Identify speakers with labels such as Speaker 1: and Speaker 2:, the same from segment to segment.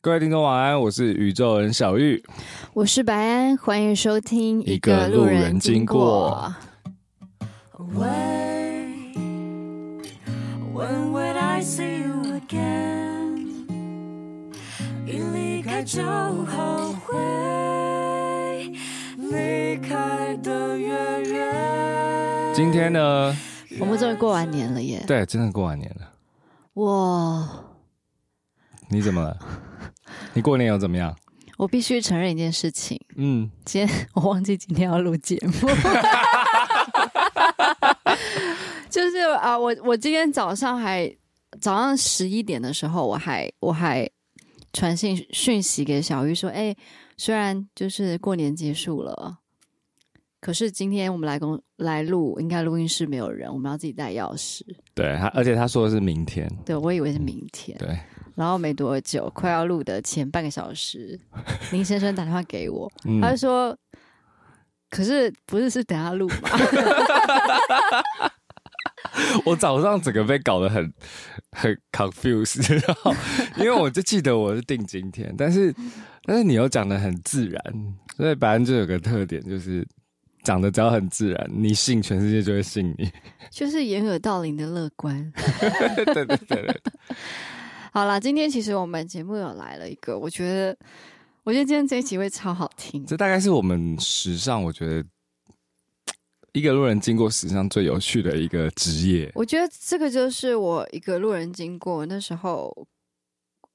Speaker 1: 各位听众晚安，我是宇宙人小玉。
Speaker 2: 我是白安，欢迎收听
Speaker 1: 一个路人经过。
Speaker 3: away. When would I see you again? 一离开就后悔，离开的越远。
Speaker 1: 今天呢，
Speaker 2: 我们终于过完年了耶！
Speaker 1: 对，真的过完年了。
Speaker 2: 哇，
Speaker 1: 你怎么了？你过年有怎么样？
Speaker 2: 我必须承认一件事情，
Speaker 1: 嗯，
Speaker 2: 今天我忘记今天要录节目。 就是啊，我我今天早上还早上十一点的时候，我还我还传信讯息给小玉说，哎、虽然就是过年结束了，可是今天我们来公来录，应该录音室没有人，我们要自己带钥匙。
Speaker 1: 对他，而且他说的是明天。
Speaker 2: 对我以为是明天，
Speaker 1: 对，
Speaker 2: 然后没多久，快要录的前半个小 时，林先生打电话给我，
Speaker 1: 嗯
Speaker 2: 他就说：“可是不是是等下录 吗？
Speaker 1: 我早上整个被搞得很很 confused，然后因为我就记得我是定今天，但是但是你又讲的很自然，所以白安就有个特点就是。讲的只要很自然，你信全世界就会信你。
Speaker 2: 就是掩耳盗铃的乐观。
Speaker 1: 对对对对，”
Speaker 2: 好啦，今天其实我们节目有来了一个，我觉得，我觉得今天这一集会超好听。
Speaker 1: 这大概是我们史上我觉得一个路人经过史上最有趣的一个职业。
Speaker 2: 我觉得这个就是我一个路人经过那时候，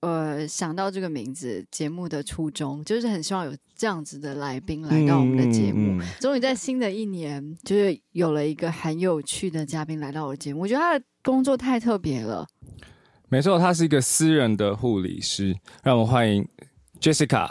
Speaker 2: 呃，想到这个名字节目的初衷，就是很希望有这样子的来宾来到我们的节目。
Speaker 1: 嗯，嗯
Speaker 2: 终于在新的一年，就是有了一个很有趣的嘉宾来到我的节目。我觉得他的工作太特别了。
Speaker 1: 没错，他是一个私人的护理师，让我们欢迎 Jessica。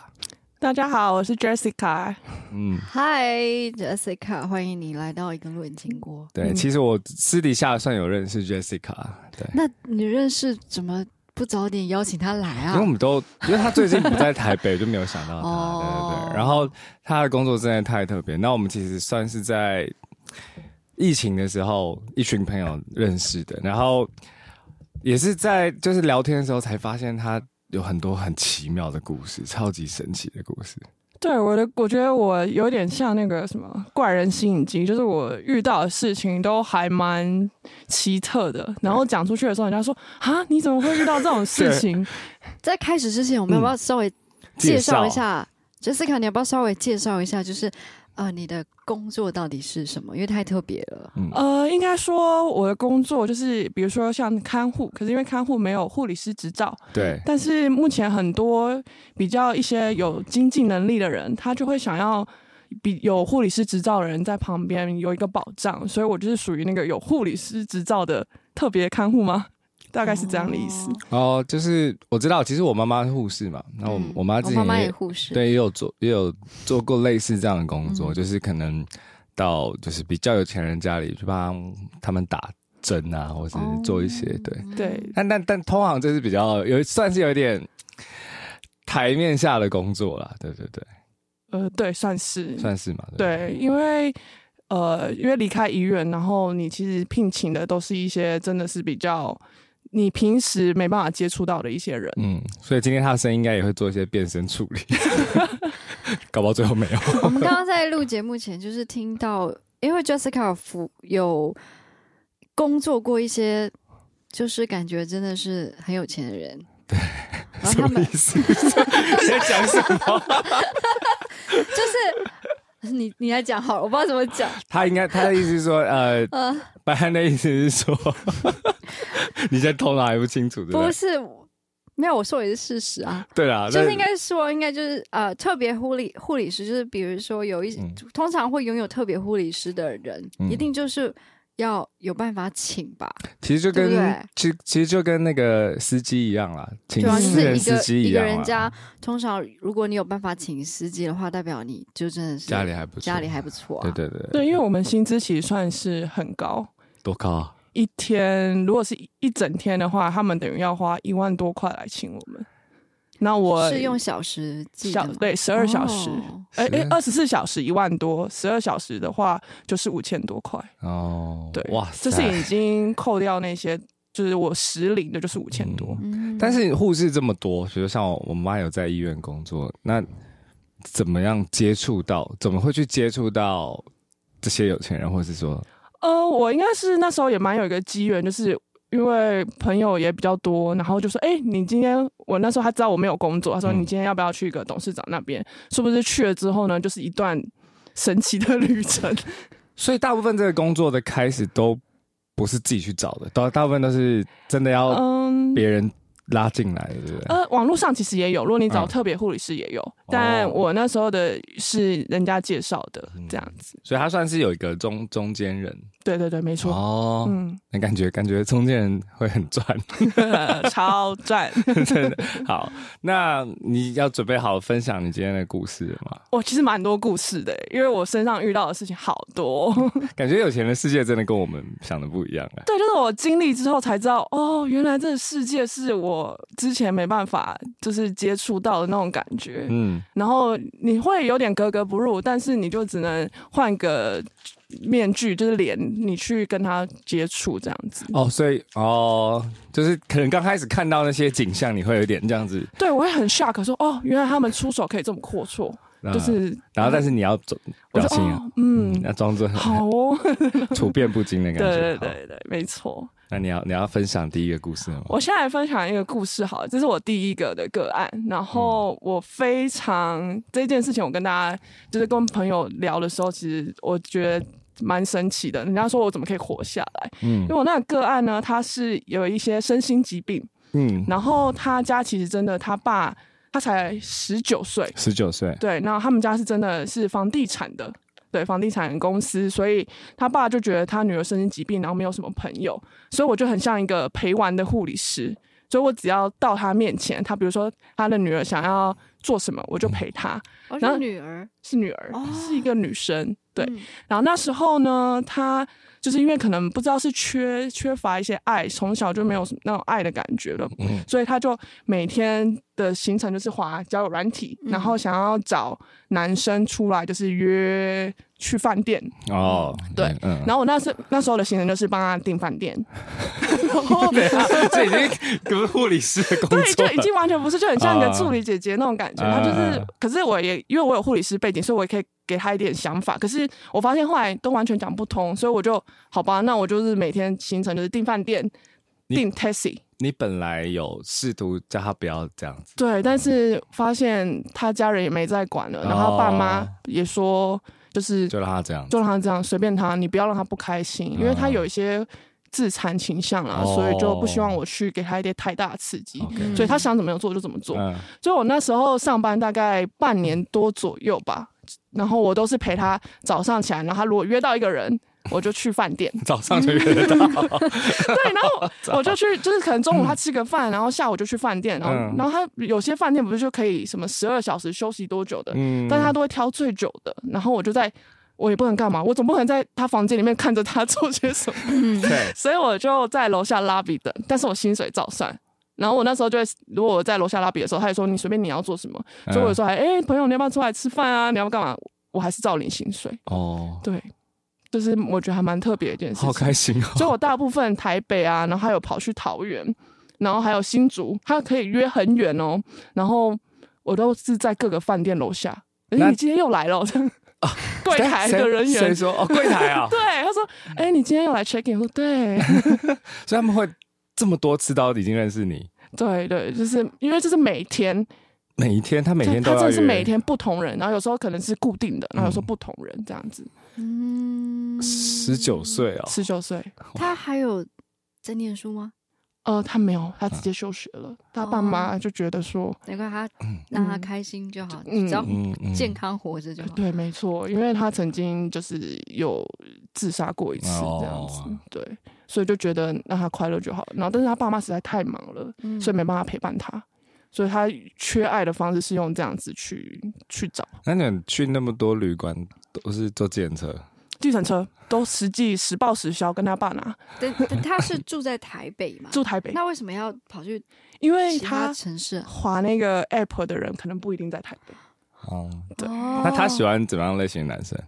Speaker 4: 大家好，我是 Jessica。
Speaker 1: 嗯，
Speaker 2: 嗨，Jessica，欢迎你来到一个论经过。
Speaker 1: 对，其实我私底下算有认识 Jessica，对，
Speaker 2: 那你认识怎么不早点邀请他来
Speaker 1: 因为我
Speaker 2: 啊？
Speaker 1: 们都因为他最近不在台北，就没有想到他，
Speaker 2: 哦
Speaker 1: 对对对。然后他的工作真的太特别，那我们其实算是在疫情的时候一群朋友认识的，然后也是在就是聊天的时候才发现他有很多很奇妙的故事，超级神奇的故事。
Speaker 4: 对我的，我觉得我有点像那个什么怪人吸引机，就是我遇到的事情都还蛮奇特的，然后讲出去的时候，人家说啊，你怎么会遇到这种事情？
Speaker 2: 在开始之前，我们要不要稍微介绍一下 Jessica？你要不要稍微介绍一下，就是呃，你的工作到底是什么？因为太特别了。
Speaker 1: 嗯
Speaker 4: 呃，应该说我的工作就是，比如说像看护，可是因为看护没有护理师执照，
Speaker 1: 对，
Speaker 4: 但是目前很多比较一些有经济能力的人，他就会想要比有护理师执照的人在旁边有一个保障，所以我就是属于那个有护理师执照的特别看护吗？大概是这样的意思。
Speaker 2: 哦
Speaker 1: 哦，就是我知道，其实我妈妈是护士嘛，那我、
Speaker 2: 嗯
Speaker 1: 我妈之
Speaker 2: 我
Speaker 1: 前
Speaker 2: 妈妈也护士，
Speaker 1: 对，也有做也有做过类似这样的工作，
Speaker 2: 嗯
Speaker 1: 就是可能到就是比较有钱人家里去帮他们打针啊，或是
Speaker 2: 哦，
Speaker 1: 做一些、对。
Speaker 4: 对，
Speaker 1: 但但但通常这是比较有算是有一点台面下的工作啦，对对对，
Speaker 4: 呃，对，算是
Speaker 1: 算是嘛。
Speaker 4: 对，因为呃，因为离开医院，然后你其实聘请的都是一些真的是比较你平时没办法接触到的一些人。
Speaker 1: 嗯，所以今天他的声音应该也会做一些变身处理，搞不好最后没有。
Speaker 2: 我们刚刚在录节目前，就是听到，因为 Jessica 有服有工作过一些，就是感觉真的是很有钱的 人。对，然后他
Speaker 1: 什么意
Speaker 2: 们
Speaker 1: 思？你在讲什么？
Speaker 2: 就是 你你来讲好了，我不知道怎么讲。
Speaker 1: 他应 该他的意思是说，呃，
Speaker 2: 呃，
Speaker 1: 白安的意思是说， 你现在头脑还不清楚，对不
Speaker 2: 不
Speaker 1: 对？
Speaker 2: 是，没有，我说也是事实啊。
Speaker 1: 对啦，
Speaker 2: 就
Speaker 1: 但
Speaker 2: 是应该说，应该就是呃，特别护理护理师，就是比如说有一、
Speaker 1: 嗯
Speaker 2: 通常会拥有特别护理师的人，
Speaker 1: 嗯
Speaker 2: 一定就是要有办法请吧。
Speaker 1: 其实就跟
Speaker 2: 对不对
Speaker 1: 其实其实就跟那个司机一样啦，请
Speaker 2: 对啊，就
Speaker 1: 私
Speaker 2: 是
Speaker 1: 人
Speaker 2: 一
Speaker 1: 司
Speaker 2: 个
Speaker 1: 机
Speaker 2: 一个
Speaker 1: 样啊
Speaker 2: 人
Speaker 1: 啦。
Speaker 2: 家，通常如果你有办法请司机的话，代表你就真的是
Speaker 1: 家里还不错
Speaker 2: 家里还不错、啊。
Speaker 1: 对对对，
Speaker 4: 对，因为我们薪资其实算是很高，
Speaker 1: 多高啊？
Speaker 4: 一天，如果是一一整天的话，他们等于要花一万多块来请我们。那我
Speaker 2: 是用小时计的
Speaker 4: 小
Speaker 2: 吗，
Speaker 4: 对十二小时，
Speaker 2: 哦
Speaker 4: 哎哎
Speaker 1: 12
Speaker 4: 二十四小时一万多，十二小时的话就是五千多块。
Speaker 1: 哦，
Speaker 4: 对，
Speaker 1: 哇
Speaker 4: 这
Speaker 1: 塞，
Speaker 4: 是已经扣掉那些，就是我实领的，就是五千多。
Speaker 1: 嗯
Speaker 2: 嗯
Speaker 1: 但是护士这么多，比如像我妈有在医院工作，那怎么样接触到？怎么会去接触到这些有钱人，或是说
Speaker 4: 呃，我应该是那时候也蛮有一个机缘，就是因为朋友也比较多，然后就说：“哎、你今天我那时候他知道我没有工作，他说
Speaker 1: 嗯
Speaker 4: 你今天要不要去一个董事长那边？是不是去了之后呢，就是一段神奇的旅程？
Speaker 1: 所以大部分这个工作的开始都不是自己去找的，大大部分都是真的要
Speaker 4: 嗯，
Speaker 1: 哦别人拉进来的，对不对？
Speaker 4: 呃，网络上其实也有，如果你
Speaker 1: 嗯
Speaker 4: 找
Speaker 1: 哦
Speaker 4: 特别护理师也有，但我那时候的是人家介绍的
Speaker 1: 嗯
Speaker 4: 这样子。
Speaker 1: 所以他算是有一个中中间人
Speaker 4: 对对对，没错。
Speaker 1: 哦。
Speaker 4: 嗯，
Speaker 1: 那感觉感觉中间人会很 赚，哦
Speaker 4: 超赞！
Speaker 1: 真的好。那你要准备好分享你今天的故事了吗？
Speaker 4: 我其实蛮多故事的，欸因为我身上遇到的事情好多。
Speaker 1: 感觉有钱的世界真的跟我们想的不一样啊。
Speaker 4: 对，就是我经历之后才知道，哦，原来这个世界是我之前没办法就是接触到的那种感觉。
Speaker 1: 嗯，
Speaker 4: 然后你会有点格格不入，但是你就只能换个面具，就是脸，你去跟他接触这样子。
Speaker 1: 哦，所以哦，就是可能刚开始看到那些景象，你会有点这样子，
Speaker 4: 对，我会很 shock，说哦，原来他们出手可以这么阔绰，
Speaker 1: 呃
Speaker 4: 就是嗯
Speaker 1: 然后但是你要走
Speaker 4: 我
Speaker 1: 表
Speaker 4: 说
Speaker 1: 情啊，
Speaker 4: 哦，嗯，
Speaker 1: 要装 作很
Speaker 4: 好 哦，
Speaker 1: 处变不惊的感
Speaker 4: 对
Speaker 1: 觉。
Speaker 4: 对
Speaker 1: 好，
Speaker 4: 对对，没错。
Speaker 1: 那你要你要分享第一个故事了吗？
Speaker 4: 我先来分享一个故事好了，这是我第一个的个案。然后我非常这件事情，我跟大家就是跟朋友聊的时候，其实我觉得蛮神奇的。人家说我怎么可以活下来？
Speaker 1: 嗯
Speaker 4: 因为我那个个案呢，他是有一些身心疾病，
Speaker 1: 嗯，
Speaker 4: 然后他家其实真的，他爸他才十九岁，
Speaker 1: 十九岁，
Speaker 4: 对，那他们家是真的是房地产的，对，房地产公司，所以他爸就觉得他女儿身心疾病，然后没有什么朋友，所以我就很像一个陪玩的护理师，所以我只要到他面前，他比如说他的女儿想要做什么，我就陪他，
Speaker 2: 我
Speaker 4: 然
Speaker 2: 哦是
Speaker 4: 后
Speaker 2: 女儿，
Speaker 4: 是女儿，
Speaker 2: 哦
Speaker 4: 是一个女生，对，
Speaker 2: 嗯
Speaker 4: 然后那时候呢，他就是因为可能不知道是缺缺乏一些爱，从小就没有那种爱的感觉了，
Speaker 1: 嗯
Speaker 4: 所以他就每天的行程就是滑交友软体，
Speaker 2: 嗯
Speaker 4: 然后想要找男生出来，就是约去饭店。
Speaker 1: 哦，
Speaker 4: 对
Speaker 1: 嗯，
Speaker 4: 然后我那时那时候的行程就是帮他订饭店，
Speaker 1: 对啊，这已经不是护理师的工
Speaker 4: 对，
Speaker 1: 作
Speaker 4: 就
Speaker 1: 了
Speaker 4: 已经完全不是，就很像一个
Speaker 1: 啊
Speaker 4: 助理姐姐那种感觉。
Speaker 1: 啊
Speaker 4: 他就是，可是我也因为我有护理师背景，所以我也可以给他一点想法。可是我发现后来都完全讲不通，所以我就好吧，那我就是每天行程就是订饭店，
Speaker 1: 你
Speaker 4: 订 taxi。
Speaker 1: 你本来有试图叫他不要这样子，
Speaker 4: 对，但是发现他家人也没在管了，然后他爸妈
Speaker 1: 哦
Speaker 4: 也说，就是
Speaker 1: 就让他这样子。
Speaker 4: 就让他这样，随便他，你不要让他不开心，因为他有一些自残倾向啦，
Speaker 1: 哦
Speaker 4: 所以就不希望我去给他一些太大的刺激。
Speaker 1: OK，
Speaker 2: 嗯
Speaker 4: 所以他想怎么样做就怎么做。
Speaker 1: 嗯
Speaker 4: 所以我那时候上班大概半年多左右吧，然后我都是陪他早上起来，然后他如果约到一个人，我就去饭店。
Speaker 1: 早上就约得到，
Speaker 4: 对，然后我就去，就是可能中午他吃个饭，然后下午就去饭店，然后、
Speaker 1: 嗯
Speaker 4: 然后他有些饭店不是就可以什么十二小时休息多久的，
Speaker 1: 嗯
Speaker 4: 但他都会挑最久的，然后我就在。我也不能干嘛，我总不能在他房间里面看着他做些什么，
Speaker 1: 对，
Speaker 4: 所以我就在楼下拉比等，但是我薪水照算。然后我那时候就会，如果我在楼下拉比的时候，他也说你随便你要做什么，
Speaker 1: 嗯
Speaker 4: 所以我有时候还哎、朋友你要不要出来吃饭啊？你要干嘛？我还是照领薪水。
Speaker 1: 嗯哦，
Speaker 4: 对，就是我觉得还蛮特别的一件事情。
Speaker 1: 好开心哦，
Speaker 4: 所以我大部分台北啊，然后还有跑去桃园，然后还有新竹，他可以约很远哦。然后我都是在各个饭店楼下。哎、
Speaker 1: 那
Speaker 4: 你今天又来了，这样 柜台
Speaker 1: 谁
Speaker 4: 的人
Speaker 1: 谁
Speaker 4: 员。
Speaker 1: 说哦柜台啊，
Speaker 4: 对，他说：“哎、你今天又来 check in？” 我说：“对，
Speaker 1: 所以他们会这么多次到已经认识你，
Speaker 4: 对对，就是因为这是每天，
Speaker 1: 每一天他每天都
Speaker 4: 他
Speaker 1: 要
Speaker 4: 真的是
Speaker 1: 约嗯
Speaker 4: 每天不同人，然后有时候可能是固定的，然后有时候不同人这样子。
Speaker 2: 嗯，
Speaker 1: 十九岁哦，
Speaker 4: 十九岁，
Speaker 2: 他还有在念书吗？
Speaker 4: 呃，他没有，
Speaker 1: 嗯
Speaker 4: 他直接休学了。他爸妈就觉得说，
Speaker 2: 难怪他让他开心就好，
Speaker 4: 嗯
Speaker 2: 只要
Speaker 1: 嗯嗯
Speaker 2: 健康活着就好。
Speaker 4: 对，没错，因为他曾经就是有自杀过一次这样子，
Speaker 1: 哦
Speaker 4: 对，所以就觉得让他快乐就好了。然后，但是他爸妈实在太忙了，
Speaker 2: 嗯
Speaker 4: 所以没办法陪伴他，所以他缺爱的方式是用这样子去去找
Speaker 1: 那你们去那么多旅馆都是坐计程车，
Speaker 4: 计程车，都实际实报实销跟他爸拿
Speaker 2: 但但他是住在台北嘛？
Speaker 4: 住台北，
Speaker 2: 那为什么要跑去
Speaker 4: 因
Speaker 2: 其
Speaker 4: 为
Speaker 2: 他
Speaker 4: 他
Speaker 2: 城市啊？
Speaker 4: 划那个 app 的人可能不一定在台北。
Speaker 1: 哦，
Speaker 4: 对
Speaker 2: 哦
Speaker 1: 那他喜欢怎么样类型的男生？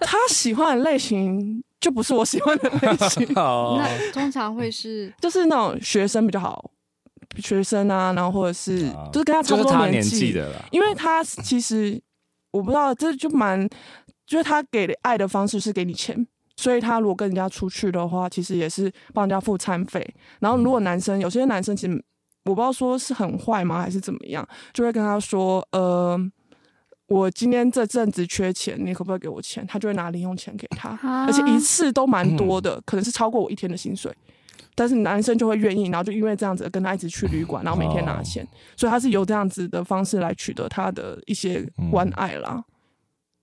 Speaker 4: 他喜欢的类型就不是
Speaker 1: ，
Speaker 4: 我喜欢的类型
Speaker 1: 哦，
Speaker 2: 那通常会是
Speaker 4: 就是那种学生比较好学生啊，然后或者是、
Speaker 1: 啊
Speaker 4: 就是跟他差
Speaker 1: 就
Speaker 4: 不
Speaker 1: 是
Speaker 4: 多
Speaker 1: 他
Speaker 4: 年
Speaker 1: 年纪
Speaker 4: 纪，
Speaker 1: 的啦，
Speaker 4: 因为他其实我不知道，这就蛮，就是他给的爱的方式是给你钱，所以他如果跟人家出去的话，其实也是帮人家付餐费。然后如果男生有些男生其实我不知道说是很坏吗，还是怎么样，就会跟他说，呃。我今天这阵子缺钱，你可不可以给我钱？他就会拿零用钱给他，
Speaker 2: 啊
Speaker 4: 而且一次都蛮多的，可能是超过我一天的薪水。但是男生就会愿意，然后就因为这样子跟他一直去旅馆，然后每天拿钱，所以他是由这样子的方式来取得他的一些关爱啦。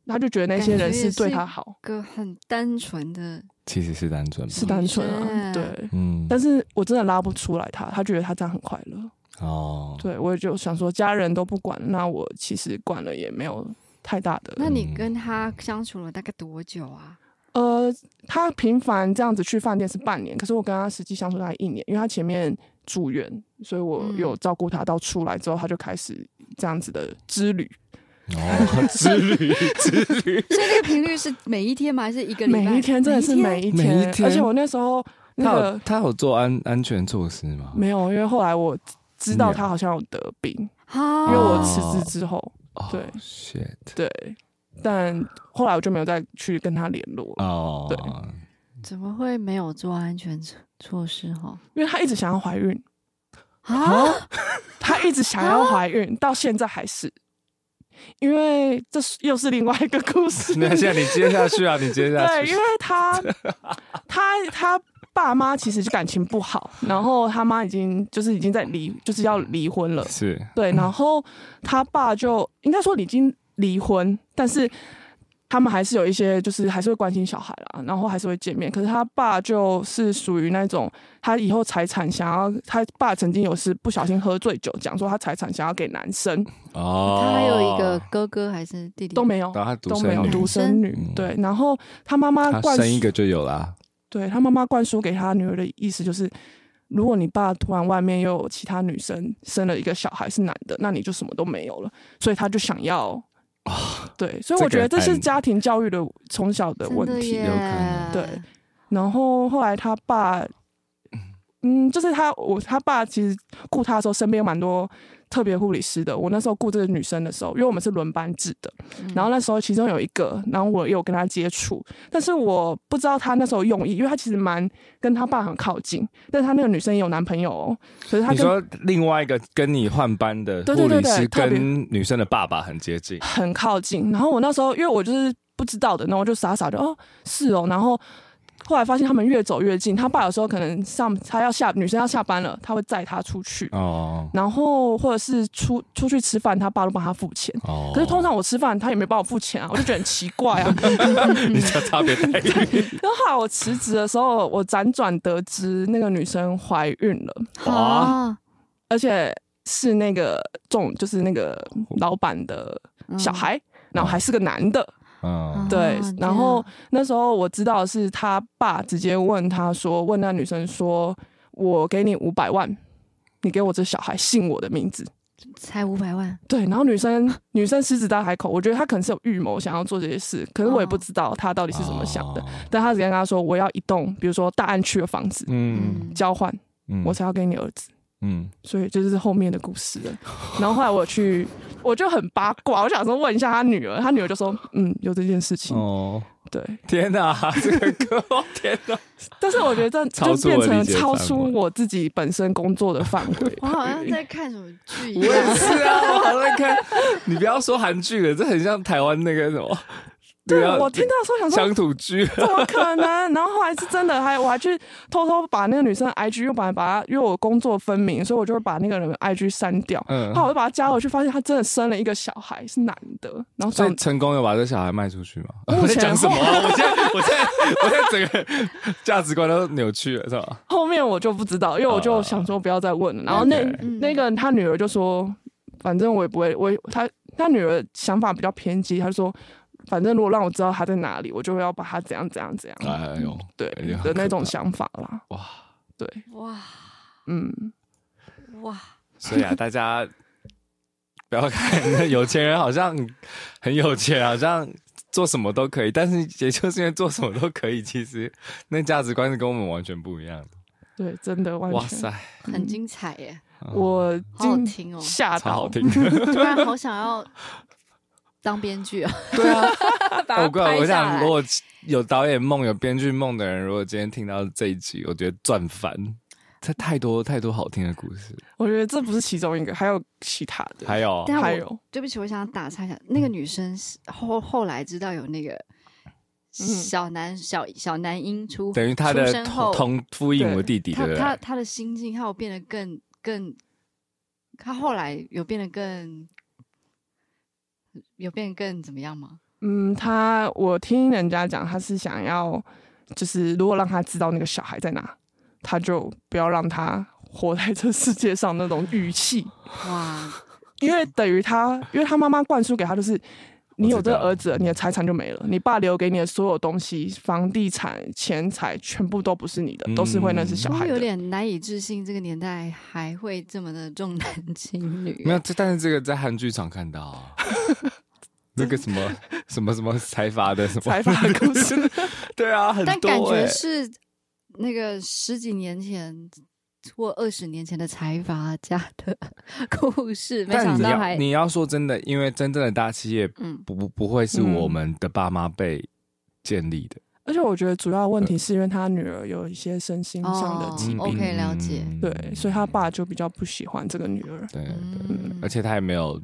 Speaker 4: 他就觉得那些人是对他好，
Speaker 2: 个很单纯的，
Speaker 1: 其实是单纯吧，
Speaker 4: 是单纯啊，
Speaker 2: 感觉
Speaker 4: 对。
Speaker 1: 嗯，
Speaker 4: 但是我真的拉不出来他，他觉得他这样很快乐。
Speaker 1: 哦，
Speaker 4: 对我也就想说，家人都不管，那我其实管了也没有太大的
Speaker 2: 那你跟他相处了大概多久啊？
Speaker 4: 呃，他频繁这样子去饭店是半年，可是我跟他实际相处大概一年，因为他前面住院，所以我
Speaker 2: 嗯
Speaker 4: 有照顾他到出来之后，他就开始这样子的之旅，
Speaker 1: 哦，之旅之旅，
Speaker 2: 所以那个频率是每一天吗？还是一个礼拜？
Speaker 4: 每一天真的是每
Speaker 2: 一
Speaker 4: 一
Speaker 1: 每一
Speaker 4: 而且
Speaker 1: 天
Speaker 4: 我那时候那
Speaker 1: 他有
Speaker 4: 个
Speaker 1: 他有做安安全措施吗？
Speaker 4: 没有，因为后来我知道
Speaker 1: 没有
Speaker 4: 他好像有得病，因
Speaker 2: 啊，
Speaker 4: 为我辞职之后，
Speaker 1: 哦
Speaker 4: 对
Speaker 1: shit，
Speaker 4: 对，但后来我就没有再去跟他联络了，
Speaker 1: 哦，
Speaker 4: 对
Speaker 2: 怎么会没有做安全措措施哈？
Speaker 4: 因为他一直想要怀孕，
Speaker 2: 啊，
Speaker 4: 她一直想要怀孕，到现在还是，因为这是又是另外一个故事。
Speaker 1: 那现在你接下去啊，你接下
Speaker 4: 对，
Speaker 1: 去
Speaker 4: 因，为 她她她爸妈其实就感情不好，然后她妈已经就是已经在离，就是要离婚了。
Speaker 1: 是
Speaker 4: 对，然后她爸就应该说已经离婚，但是他们还是有一些，就是还是会关心小孩啦，然后还是会见面。可是他爸就是属于那种，他以后财产想要，他爸曾经有是不小心喝醉酒，讲说他财产想要给男生，
Speaker 1: 哦，
Speaker 2: 他还有一个哥哥还是弟弟
Speaker 4: 都没有，
Speaker 1: 然后他独
Speaker 4: 都
Speaker 1: 生
Speaker 4: 没有
Speaker 1: 女
Speaker 4: 独生女
Speaker 1: 嗯。
Speaker 4: 对，然后他妈妈
Speaker 1: 他
Speaker 4: 灌输
Speaker 1: 生一个就有啦，
Speaker 4: 对他妈妈灌输给他女儿的意思就是，如果你爸突然外面又有其他女生生了一个小孩是男的，那你就什么都没有了，所以他就想要。对，所以我觉得
Speaker 1: 哦这
Speaker 4: 这
Speaker 1: 个
Speaker 4: 是
Speaker 1: 很
Speaker 4: 家庭教育的从小的
Speaker 2: 真
Speaker 4: 问
Speaker 2: 的
Speaker 4: 题。
Speaker 2: 耶
Speaker 1: 有可能
Speaker 4: 对，然后后来他爸，嗯，就是他我他爸其实雇他的时候，身边有蛮多特别护理师的。我那时候雇这个女生的时候，因为我们是轮班制的，
Speaker 2: 嗯
Speaker 4: 然后那时候其中有一个，然后我有跟他接触，但是我不知道他那时候用意，因为他其实蛮跟他爸很靠近，但是他那个女生也有男朋友、哦，可是他
Speaker 1: 你
Speaker 4: 跟
Speaker 1: 说另外一个跟你换班的
Speaker 4: 对对
Speaker 1: 护
Speaker 4: 对
Speaker 1: 理
Speaker 4: 对
Speaker 1: 师
Speaker 4: 特别
Speaker 1: 跟女生的爸爸很接近，
Speaker 4: 很靠近。然后我那时候因为我就是不知道的，然后我就傻傻的哦是哦，然后。后来发现他们越走越近，他爸有时候可能上他要下女生要下班了，他会载她出去，
Speaker 1: 哦
Speaker 4: 然后或者是出出去吃饭，他爸都帮他付钱。
Speaker 1: 哦，
Speaker 4: 可是通常我吃饭，他也没帮我付钱啊，我就觉得很奇怪啊。
Speaker 1: 你这差别待 遇
Speaker 4: 然后后来我辞职的时候，我辗转得知那个女生怀孕了，
Speaker 2: 啊，
Speaker 4: 而且是那个重就是那个老板的
Speaker 2: 嗯
Speaker 4: 小孩，然后还是个男的。
Speaker 1: 嗯
Speaker 4: 对
Speaker 2: 啊，
Speaker 4: 然后那时候我知道的是他爸直接问他说，问那女生说：“我给你五百万，你给我这小孩姓我的名字。”
Speaker 2: 才五百万，
Speaker 4: 对，然后女生女生狮子大开口，我觉得她可能是有预谋想要做这些事，可是我也不知道她到底是怎么想的。
Speaker 1: 哦
Speaker 4: 但她直接跟他说：“我要一栋，比如说大安区的房子
Speaker 1: 嗯
Speaker 4: 交换，
Speaker 1: 嗯
Speaker 4: 我才要给你儿子。”
Speaker 1: 嗯
Speaker 4: 所以这就是后面的故事了。 然后后来我去，我就很八卦，我想说问一下她女儿，她女儿就说：“嗯，有这件事情。
Speaker 1: 哦，
Speaker 4: 对，
Speaker 1: 天哪， 这个歌，哦天 哪，
Speaker 4: 但是我觉得这
Speaker 1: 超
Speaker 4: 就
Speaker 1: 出
Speaker 4: 变
Speaker 1: 我理
Speaker 4: 成
Speaker 1: 解
Speaker 4: 超
Speaker 1: 范
Speaker 4: 出
Speaker 1: 围
Speaker 4: 我自己本身工作的范围。
Speaker 2: 我好像 在看什么剧一
Speaker 1: 我也
Speaker 2: 样。
Speaker 1: 是啊，我还在看， 你不要说韩剧了，这很像台湾那个什么，
Speaker 4: 对
Speaker 1: 不要
Speaker 4: 我听到的时候想说，
Speaker 1: 乡土剧，
Speaker 4: 怎么可能？然后后来是真的，还我还去偷偷把那个女生的 IG，又把把她，因为我工作分明，所以我就会把那个人的 IG 删掉。
Speaker 1: 嗯
Speaker 4: 后来我就把她加回去，发现她真的生了一个小孩，是男的。然后
Speaker 1: 所
Speaker 4: 长
Speaker 1: 以成功的把这小孩卖出去吗？
Speaker 4: 目
Speaker 1: 我
Speaker 4: 前
Speaker 1: 在讲 什么啊？我现在我现在我现在整个价值观都扭曲了，是吧？
Speaker 4: 后面我就不知道，因为我就想说不要再问了。然后那
Speaker 1: 哦 OK
Speaker 2: 嗯
Speaker 4: 那个他女儿就说，反正我也不会，我他他女儿想法比较偏激，她说。反正如果让我知道他在哪里，我就要把他怎样怎样怎样，
Speaker 1: 哎呦，
Speaker 4: 对
Speaker 1: 哎呦
Speaker 4: 的那种想法啦。
Speaker 1: 哇！
Speaker 4: 对，
Speaker 2: 哇
Speaker 4: 嗯，
Speaker 2: 哇，
Speaker 1: 所以啊，大家不要看那有钱人好像很有钱，好像做什么都可以，但是也就是因为做什么都可以，其实那价值观是跟我们完全不一样的。
Speaker 4: 对，真的完
Speaker 2: 嗯
Speaker 4: 全。
Speaker 1: 哇塞，
Speaker 2: 很精彩耶！
Speaker 4: 我
Speaker 2: 好好
Speaker 4: 今
Speaker 2: 听哦，
Speaker 4: 吓
Speaker 1: 超好
Speaker 4: 到，
Speaker 1: 听。
Speaker 2: 突然好想要当编剧啊！
Speaker 1: 对啊，
Speaker 2: 把它
Speaker 1: 我
Speaker 2: 拍
Speaker 1: 我
Speaker 2: 下
Speaker 1: 想，
Speaker 2: 来
Speaker 1: 如果有导演梦、有编剧梦的人，如果今天听到这一集，我觉得赚翻。这太多太多好听的故事，
Speaker 4: 我觉得这不是其中一个，还有其他的，
Speaker 1: 还有
Speaker 2: 但
Speaker 4: 还
Speaker 2: 我
Speaker 4: 有
Speaker 2: 对不起，我想打岔一下，那个女生是后后来知道有那个小男、小小男婴出，
Speaker 1: 等于他
Speaker 2: 出
Speaker 1: 的
Speaker 2: 生
Speaker 1: 同
Speaker 2: 后
Speaker 1: 同父异母弟弟，对
Speaker 2: 她
Speaker 1: 不
Speaker 2: 她
Speaker 1: 对？
Speaker 2: 她的心境，她有变得更更，她后来有变得更有变得更怎么样吗？
Speaker 4: 嗯，他我听人家讲，他是想要，就是如果让他知道那个小孩在哪，他就不要让他活在这世界上那种语气，
Speaker 2: 哇，
Speaker 4: 因为等于他，因为他妈妈灌输给他就是，你有这个
Speaker 1: 我知道
Speaker 4: 儿子了，你的财产就没了，你爸留给你的所有东西，房地产、钱财，全部都不是你的，都是会
Speaker 1: 嗯
Speaker 4: 那是小
Speaker 2: 我
Speaker 4: 孩
Speaker 2: 有
Speaker 4: 的。
Speaker 2: 点难以置信，这个年代还会这么的重男轻女。
Speaker 1: 没有，这但是这个在韩剧场看到 啊，那个什么什么什么财阀的什么
Speaker 4: 财阀的故事，
Speaker 1: 对啊，很多、
Speaker 2: 但
Speaker 1: 欸。
Speaker 2: 感觉是那个十几年前或二十年前的财阀家的 故事，没
Speaker 1: 但
Speaker 2: 想
Speaker 1: 你
Speaker 2: 到
Speaker 1: 要
Speaker 2: 还
Speaker 1: 你要说真的，因为真正的大企业
Speaker 2: 嗯，
Speaker 1: 不不不会是
Speaker 4: 嗯
Speaker 1: 我们的爸妈辈建立的，
Speaker 4: 而且我觉得主要的问题是因为他女儿有一些身心上的疾
Speaker 2: 嗯
Speaker 4: 病，
Speaker 2: 哦 OK，了解
Speaker 4: 对，所以他爸就比较不喜欢这个女儿。
Speaker 1: 嗯对对，
Speaker 2: 嗯
Speaker 1: 呃而且他也没有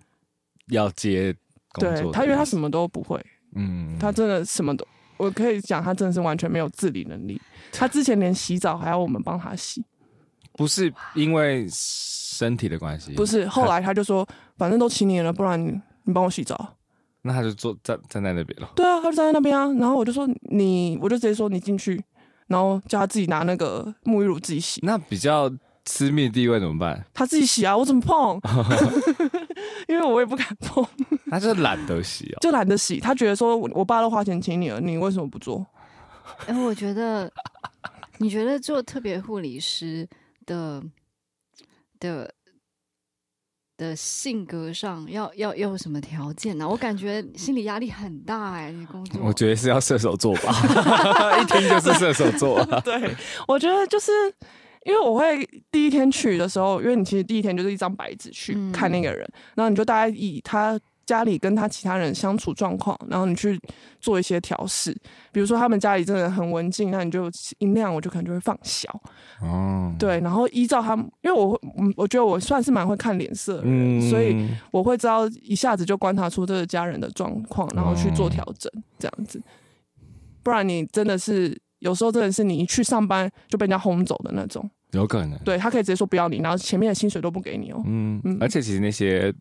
Speaker 1: 要接工作的意
Speaker 4: 对
Speaker 1: 思，
Speaker 4: 他，因为他什么都不会，
Speaker 1: 嗯
Speaker 4: 他真的什么都，我可以讲，他真的是完全没有自理能 力。他之前连洗澡还要我们帮他洗，
Speaker 1: 不是因为身体的关系，
Speaker 4: 不是。后来他就说，反正都请你了，不然你你帮我洗澡。
Speaker 1: 那他就坐站站在那边了。
Speaker 4: 对啊，他就站在那边啊，然后我就说你，我就直接说你进去，然后叫他自己拿那个沐浴乳自己洗，
Speaker 1: 那比较私密地位怎么办？
Speaker 4: 他自己洗啊，我怎么碰？ 因为我也不敢碰，
Speaker 1: 他就是懒得洗哦。
Speaker 4: 就懒得洗。他觉得说我我爸都花钱请你了，你为什么不做？
Speaker 2: 哎、我觉得你觉得做特别护理师的的。的性格上要要要有什么条件呢、我感觉心理压力很大哎、你工作，
Speaker 1: 我觉得是要射手座 吧，一听就是射手座、啊
Speaker 4: 对，我觉得就是因为我会第一天去的时候，因为你其实第一天就是一张白纸去
Speaker 2: 嗯
Speaker 4: 看那个人，然后你就大概以他家里跟他其他人相处状况，然后你去做一些调试。比如说他们家里真的很文静，那你就音量我就可能就会放小，
Speaker 1: 哦，
Speaker 4: 对，然后依照他们，因为我会，嗯我觉得我算是蛮会看脸色的人，
Speaker 1: 嗯
Speaker 4: 所以我会知道一下子就观察出这个家人的状况，然后去做调整，这样子。不然你真的是有时候真的是你一去上班就被人家轰走的那种，
Speaker 1: 有可能，
Speaker 4: 对他可以直接说不要你，然后前面的薪水都不给你哦。
Speaker 1: 嗯
Speaker 4: 嗯，
Speaker 1: 而且其实那些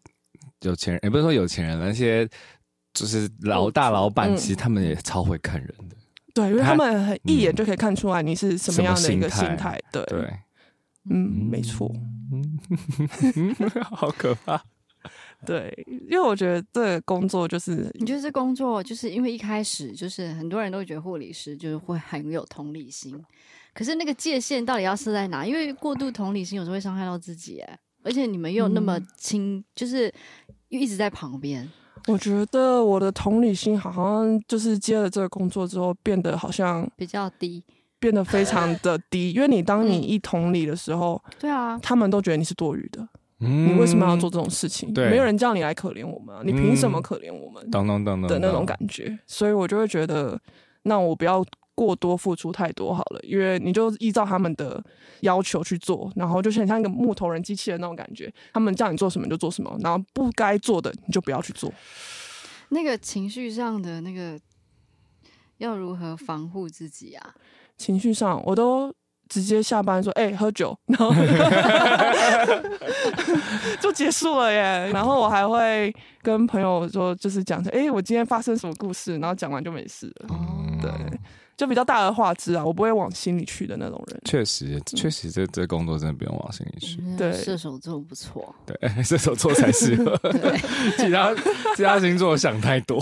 Speaker 1: 有钱人，也、不是说有钱人，那些就是老大老板，
Speaker 4: 嗯
Speaker 1: 其实他们也超会看人的。
Speaker 4: 对，因为
Speaker 1: 他
Speaker 4: 他们很一眼就可以看出来你是什么样的一个
Speaker 1: 什么
Speaker 4: 心
Speaker 1: 心态
Speaker 4: 态，对，
Speaker 1: 对，
Speaker 4: 嗯，没错，
Speaker 1: 嗯，好可怕。
Speaker 4: 对，因为我觉得这个工作就是嗯
Speaker 2: 你觉得这工作就是因为一开始就是很多人都觉得护理师就是会很有同理心，可是那个界限到底要设在哪？因为过度同理心有时候会伤害到自己耶，而且你们又那么亲，就是又一直在旁边，
Speaker 4: 我觉得我的同理心好像就是接了这个工作之后，变得好像
Speaker 2: 比较低。
Speaker 4: 变得非常的低，因为你当你一同理的时候，
Speaker 2: 对啊，
Speaker 4: 他们都觉得你是多余的，
Speaker 1: 嗯
Speaker 4: 你为什么要做？这种事情？
Speaker 1: 对嗯
Speaker 4: 没有人叫你来可怜我们啊，你凭什么可怜我们
Speaker 1: 咚咚咚咚
Speaker 4: 的那种感觉？所以我就会觉得，那我不要过多付出太多好了，因为你就依照他们的要求去做，然后就是很像一个木头人机器人那种感觉，他们叫你做什么你就做什么，然后不该做的你就不要去做。
Speaker 2: 那个情绪上的那个要如何防护自己啊？
Speaker 4: 情绪上，我都直接下班说：“哎、喝酒。”然后 就结束了耶。然后我还会跟朋友说，就是讲说：“哎、我今天发生什么故事？”然后讲完就没事了，
Speaker 2: 哦，
Speaker 1: 嗯
Speaker 4: 对，就比较大而化之啊。我不会往心里去的那种人。
Speaker 1: 确实，
Speaker 4: 嗯
Speaker 1: 确实这这工作真的不用往心里去。
Speaker 2: 嗯
Speaker 4: 对
Speaker 2: 射手座 不错，
Speaker 1: 对，射手座才 适合，
Speaker 2: 对，
Speaker 1: 其他其他星座想太多。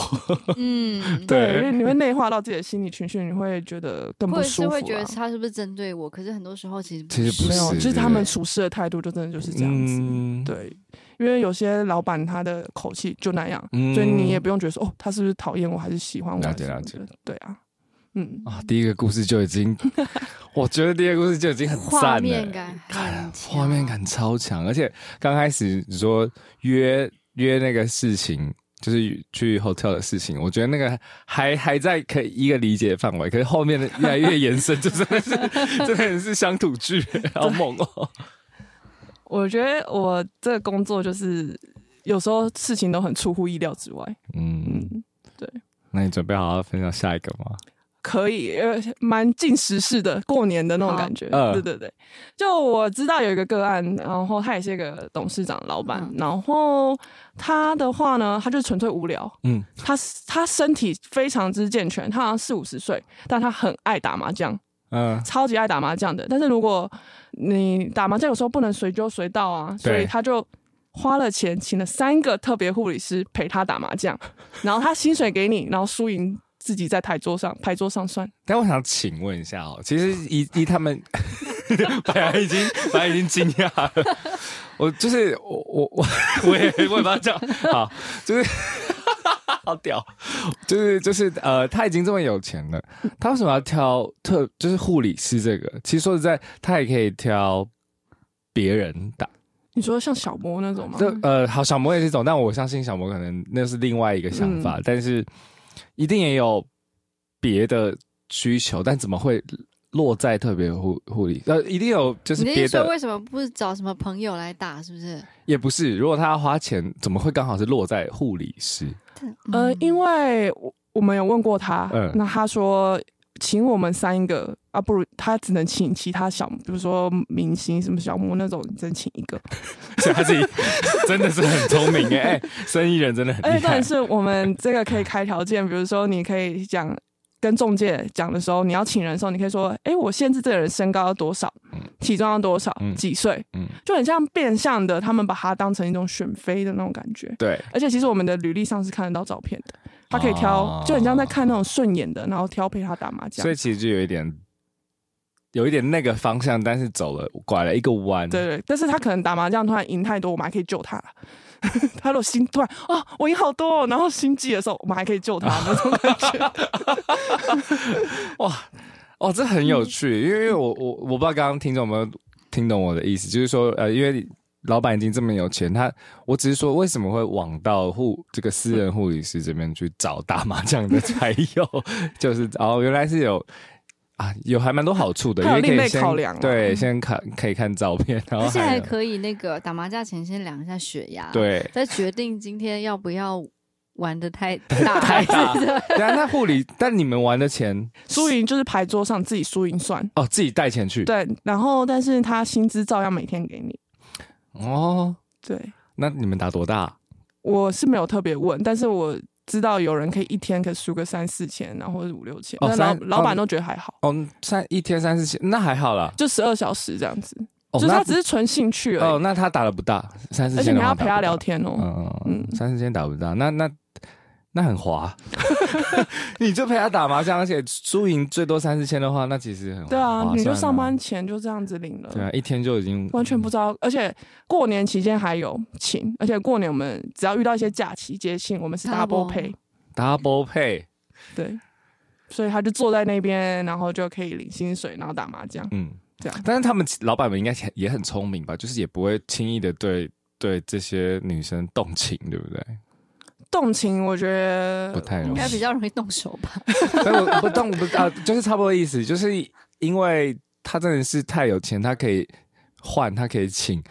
Speaker 2: 嗯，
Speaker 1: 对
Speaker 4: 因为你会内化到自己的心理情绪，你会觉得更
Speaker 2: 或
Speaker 4: 不
Speaker 2: 者
Speaker 4: 舒
Speaker 2: 是
Speaker 4: 服、啊。
Speaker 2: 会觉得他是不是针对我？可是很多时候其实
Speaker 1: 其实不
Speaker 4: 没
Speaker 1: 是
Speaker 4: 有，就是
Speaker 1: 对
Speaker 4: 他们处事的态度，就真的就是这样子。
Speaker 1: 嗯，
Speaker 4: 对，因为有些老板他的口气就那样，
Speaker 1: 嗯
Speaker 4: 所以你也不用觉得说哦，他是不是讨厌我还是喜欢我？
Speaker 1: 了解
Speaker 4: 还是什么的对啊，嗯，
Speaker 1: 啊，第一个故事就已 经，我觉得第一个故事就已经很赞
Speaker 2: 画
Speaker 1: 了，
Speaker 2: 面感很
Speaker 1: 看
Speaker 2: 强
Speaker 1: 哎画面感超强，而且刚开始你说约约那个事情，就是去 hotel 的事情，我觉得那个还还在可以一个理解范围，可是后面的越来越延伸，就真的是真的是乡土剧，好猛哦、
Speaker 4: 我觉得我这个工作就是有时候事情都很出乎意料之外。
Speaker 1: 嗯，
Speaker 4: 嗯，
Speaker 1: 那你准备好好分享下一个吗？
Speaker 4: 可以，呃，蛮近时事的，过年的那种
Speaker 2: 好
Speaker 4: 感觉。
Speaker 1: 嗯
Speaker 4: 对对对，就我知道有一个个案，然后他也是一个董事长老板，
Speaker 2: 嗯
Speaker 4: 然后他的话呢，他就纯粹无聊，
Speaker 1: 嗯，
Speaker 4: 他他身体非常之健全，他好像四五十岁，但他很爱打麻将，
Speaker 1: 嗯
Speaker 4: 超级爱打麻将的。但是如果你打麻将有时候不能随揪随到啊，所以
Speaker 1: 对
Speaker 4: 他就花了钱请了三个特别护理师陪他打麻将，然后他薪水给你，然后输赢自己在台桌上牌桌上算。
Speaker 1: 但我想请问一下哦，其实以以他 们，本来已经本来已经惊讶了，我就是我我我 我也我也不知道讲 好，就是 好屌，就是就是呃，他已经这么有钱了，他为什么要挑特就是护理师这个？其实说实在，他也可以挑别人打，
Speaker 4: 你说像小魔那种吗？
Speaker 2: 嗯
Speaker 1: 这呃，好，小魔也是一种，但我相信小魔可能那是另外一个想
Speaker 2: 嗯
Speaker 1: 法，但是一定也有别的需求，但怎么会落在特别护护理？呃，一定有就是
Speaker 2: 你的
Speaker 1: 别
Speaker 2: 意思说
Speaker 1: 的，
Speaker 2: 为什么不找什么朋友来打？是不是？
Speaker 1: 也不是。如果他要花钱，怎么会刚好是落在护理师？
Speaker 4: 呃，
Speaker 2: 为
Speaker 4: 因为我我们有问过他，
Speaker 1: 嗯
Speaker 4: 那他说请我们三个啊，不如他只能请其他小，比如说明星什么小魔那种，只能请一个。
Speaker 1: 所以他自 己真的是很聪明哎、哎生意人真的很
Speaker 2: 哎
Speaker 4: 而且
Speaker 1: 厉
Speaker 4: 重
Speaker 1: 害
Speaker 4: 点。是我们这个可以开条件，比如说你可以讲跟中介讲的时候，你要请人的时候，你可以说，哎、我限制这个人身高要多少，体重要多少，
Speaker 1: 嗯
Speaker 4: 几岁，
Speaker 1: 嗯，
Speaker 4: 就很像变相的，他们把它当成一种选妃的那种感觉。
Speaker 1: 对，
Speaker 4: 而且其实我们的履历上是看得到照片的，他可以挑，
Speaker 1: 哦
Speaker 4: 就很像在看那种顺眼的，然后挑配他打麻将
Speaker 1: 所以。其实就有一点。有一点那个方向，但是走了拐了一个弯，
Speaker 4: 对对，但是他可能打麻将突然赢太多，我们还可以救他。 他如果心突然哦，我赢好多、哦，然后心悸的时候，我们还可以救 他那种感觉。
Speaker 1: 哇哦，这很
Speaker 4: 嗯
Speaker 1: 有趣，因为我我我不知道刚刚听众有没有听懂我的意思，就是说呃，因为老板已经这么有钱，他我只是说为什么会往到护这个私人护理师这边去找打麻将 的才有，就是哦，原来是有。啊，有还蛮多好处的，因
Speaker 4: 还
Speaker 1: 为
Speaker 4: 有
Speaker 1: 可
Speaker 4: 另类
Speaker 1: 以先
Speaker 4: 考量啊
Speaker 1: 对，先看可以看照片，然后
Speaker 2: 而且
Speaker 1: 啊还
Speaker 2: 还
Speaker 1: 有
Speaker 2: 可以那个打麻将前先量一下血 压，，
Speaker 1: 对，
Speaker 2: 再决定今天要不要玩的太 大，
Speaker 1: 太大
Speaker 2: 还是
Speaker 1: 对啊，那护理，但你们玩的钱
Speaker 4: 输赢就是牌桌上自己输赢算，
Speaker 1: 哦，自己带钱去，
Speaker 4: 对。然后，但是他薪资照样每天给你。
Speaker 1: 哦，
Speaker 4: 对，
Speaker 1: 那你们打多大？
Speaker 4: 我是没有特别问，但是我知道有人可以一天可以输个三四千，然后或者五六千，
Speaker 1: 哦
Speaker 4: 但老
Speaker 1: 三
Speaker 4: 老板
Speaker 1: 哦
Speaker 4: 都觉得还好，
Speaker 1: 哦，三一天三四千，那还好啦。
Speaker 4: 就十二小时这样子。
Speaker 1: 哦，
Speaker 4: 就是
Speaker 1: 那
Speaker 4: 他只是纯兴趣而已，
Speaker 1: 哦，那他打的不大，三四
Speaker 4: 而且
Speaker 1: 千
Speaker 4: 你
Speaker 1: 的
Speaker 4: 还
Speaker 1: 话打
Speaker 4: 要陪
Speaker 1: 不大
Speaker 4: 他聊天哦。
Speaker 1: 嗯嗯嗯，
Speaker 4: 嗯
Speaker 1: 三四千打不大，那那那很滑。 你就陪他打麻将，而且输赢最多三四千的话，那其实很
Speaker 4: 对
Speaker 1: 划
Speaker 4: 啊，
Speaker 1: 算
Speaker 4: 你就上班前就这样子领了，
Speaker 1: 对啊，一天就已经
Speaker 4: 完全不知道。而且过年期间还有请，而且过年我们只要遇到一些假期节庆，我们是 double
Speaker 2: Double
Speaker 4: pay，
Speaker 1: 嗯 double pay。
Speaker 4: 对，所以他就坐在那边，然后就可以领薪水，然后打麻将
Speaker 1: 嗯，
Speaker 4: 这样。
Speaker 1: 但是他们老板们应该也很聪明吧，就是也不会轻易的对对这些女生动情，对不对？
Speaker 4: 动情我觉得
Speaker 1: 不太容
Speaker 2: 应
Speaker 1: 易
Speaker 2: 该比较容易动手吧？
Speaker 1: 但我不动不啊，就是差不多意思，就是因为他真的是太有钱，他可以换，他可以请。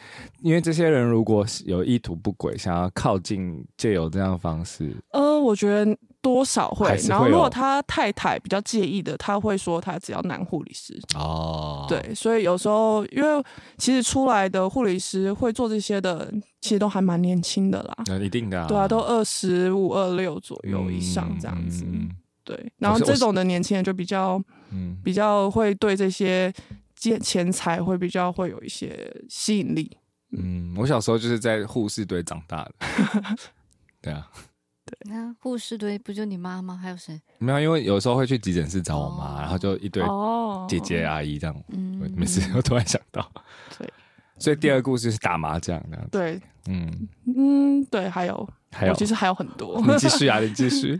Speaker 1: 因为这些人如果是有意图不轨，想要靠近，借由这样的方式，
Speaker 4: 呃，我觉得多少会
Speaker 1: 还。是会
Speaker 4: 然后如
Speaker 1: 有
Speaker 4: 果他太太比较介意的，他会说他只要男护理师。
Speaker 1: 哦，
Speaker 4: 对，所以有时候因为其实出来的护理师会做这些的，其实都还蛮年轻的啦。
Speaker 1: 那一定的、
Speaker 4: 对啊，都二十五、二六左右以上
Speaker 1: 嗯
Speaker 4: 这样子。
Speaker 1: 嗯
Speaker 4: 对，然后
Speaker 1: 我是
Speaker 4: 这种的年轻人就比较
Speaker 1: 嗯
Speaker 4: 比较会对这些钱钱财会比较会有一些吸引力。
Speaker 1: 嗯，我小时候就是在护士队长大的， 对啊，
Speaker 2: 你看护士队不就你妈吗？还有谁？
Speaker 1: 没有，因为有时候会去急诊室找我妈，
Speaker 2: 哦
Speaker 1: 然后就一堆
Speaker 4: 哦
Speaker 1: 姐姐，阿姨这样，
Speaker 2: 嗯
Speaker 1: 我没事，我突然想到，
Speaker 4: 对
Speaker 1: 所以第二个故事是打麻将这样子，
Speaker 4: 对，
Speaker 1: 嗯，
Speaker 4: 嗯，对，还有，
Speaker 1: 还有
Speaker 4: 我其实还有很多。
Speaker 1: 你继续啊，你继续。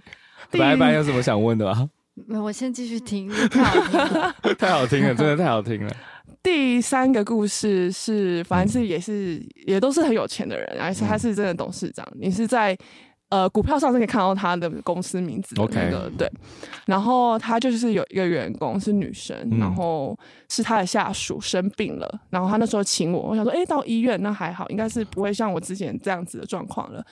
Speaker 4: 第一
Speaker 1: 白白有什么想问的吗？
Speaker 2: 没有我先继续听，你太好听了
Speaker 1: 太好听了，真的太好听了。
Speaker 4: 第三个故事是，反正是也是也都是很有钱的人，而且他是真的董事长。你是在呃股票上是可以看到他的公司名字的那个对。然后他就是有一个员工是女生，
Speaker 1: 嗯
Speaker 4: 然后是他的下属生病了，然后他那时候请我，我想说，诶，到医院那还好，应该是不会像我之前这样子的状况了。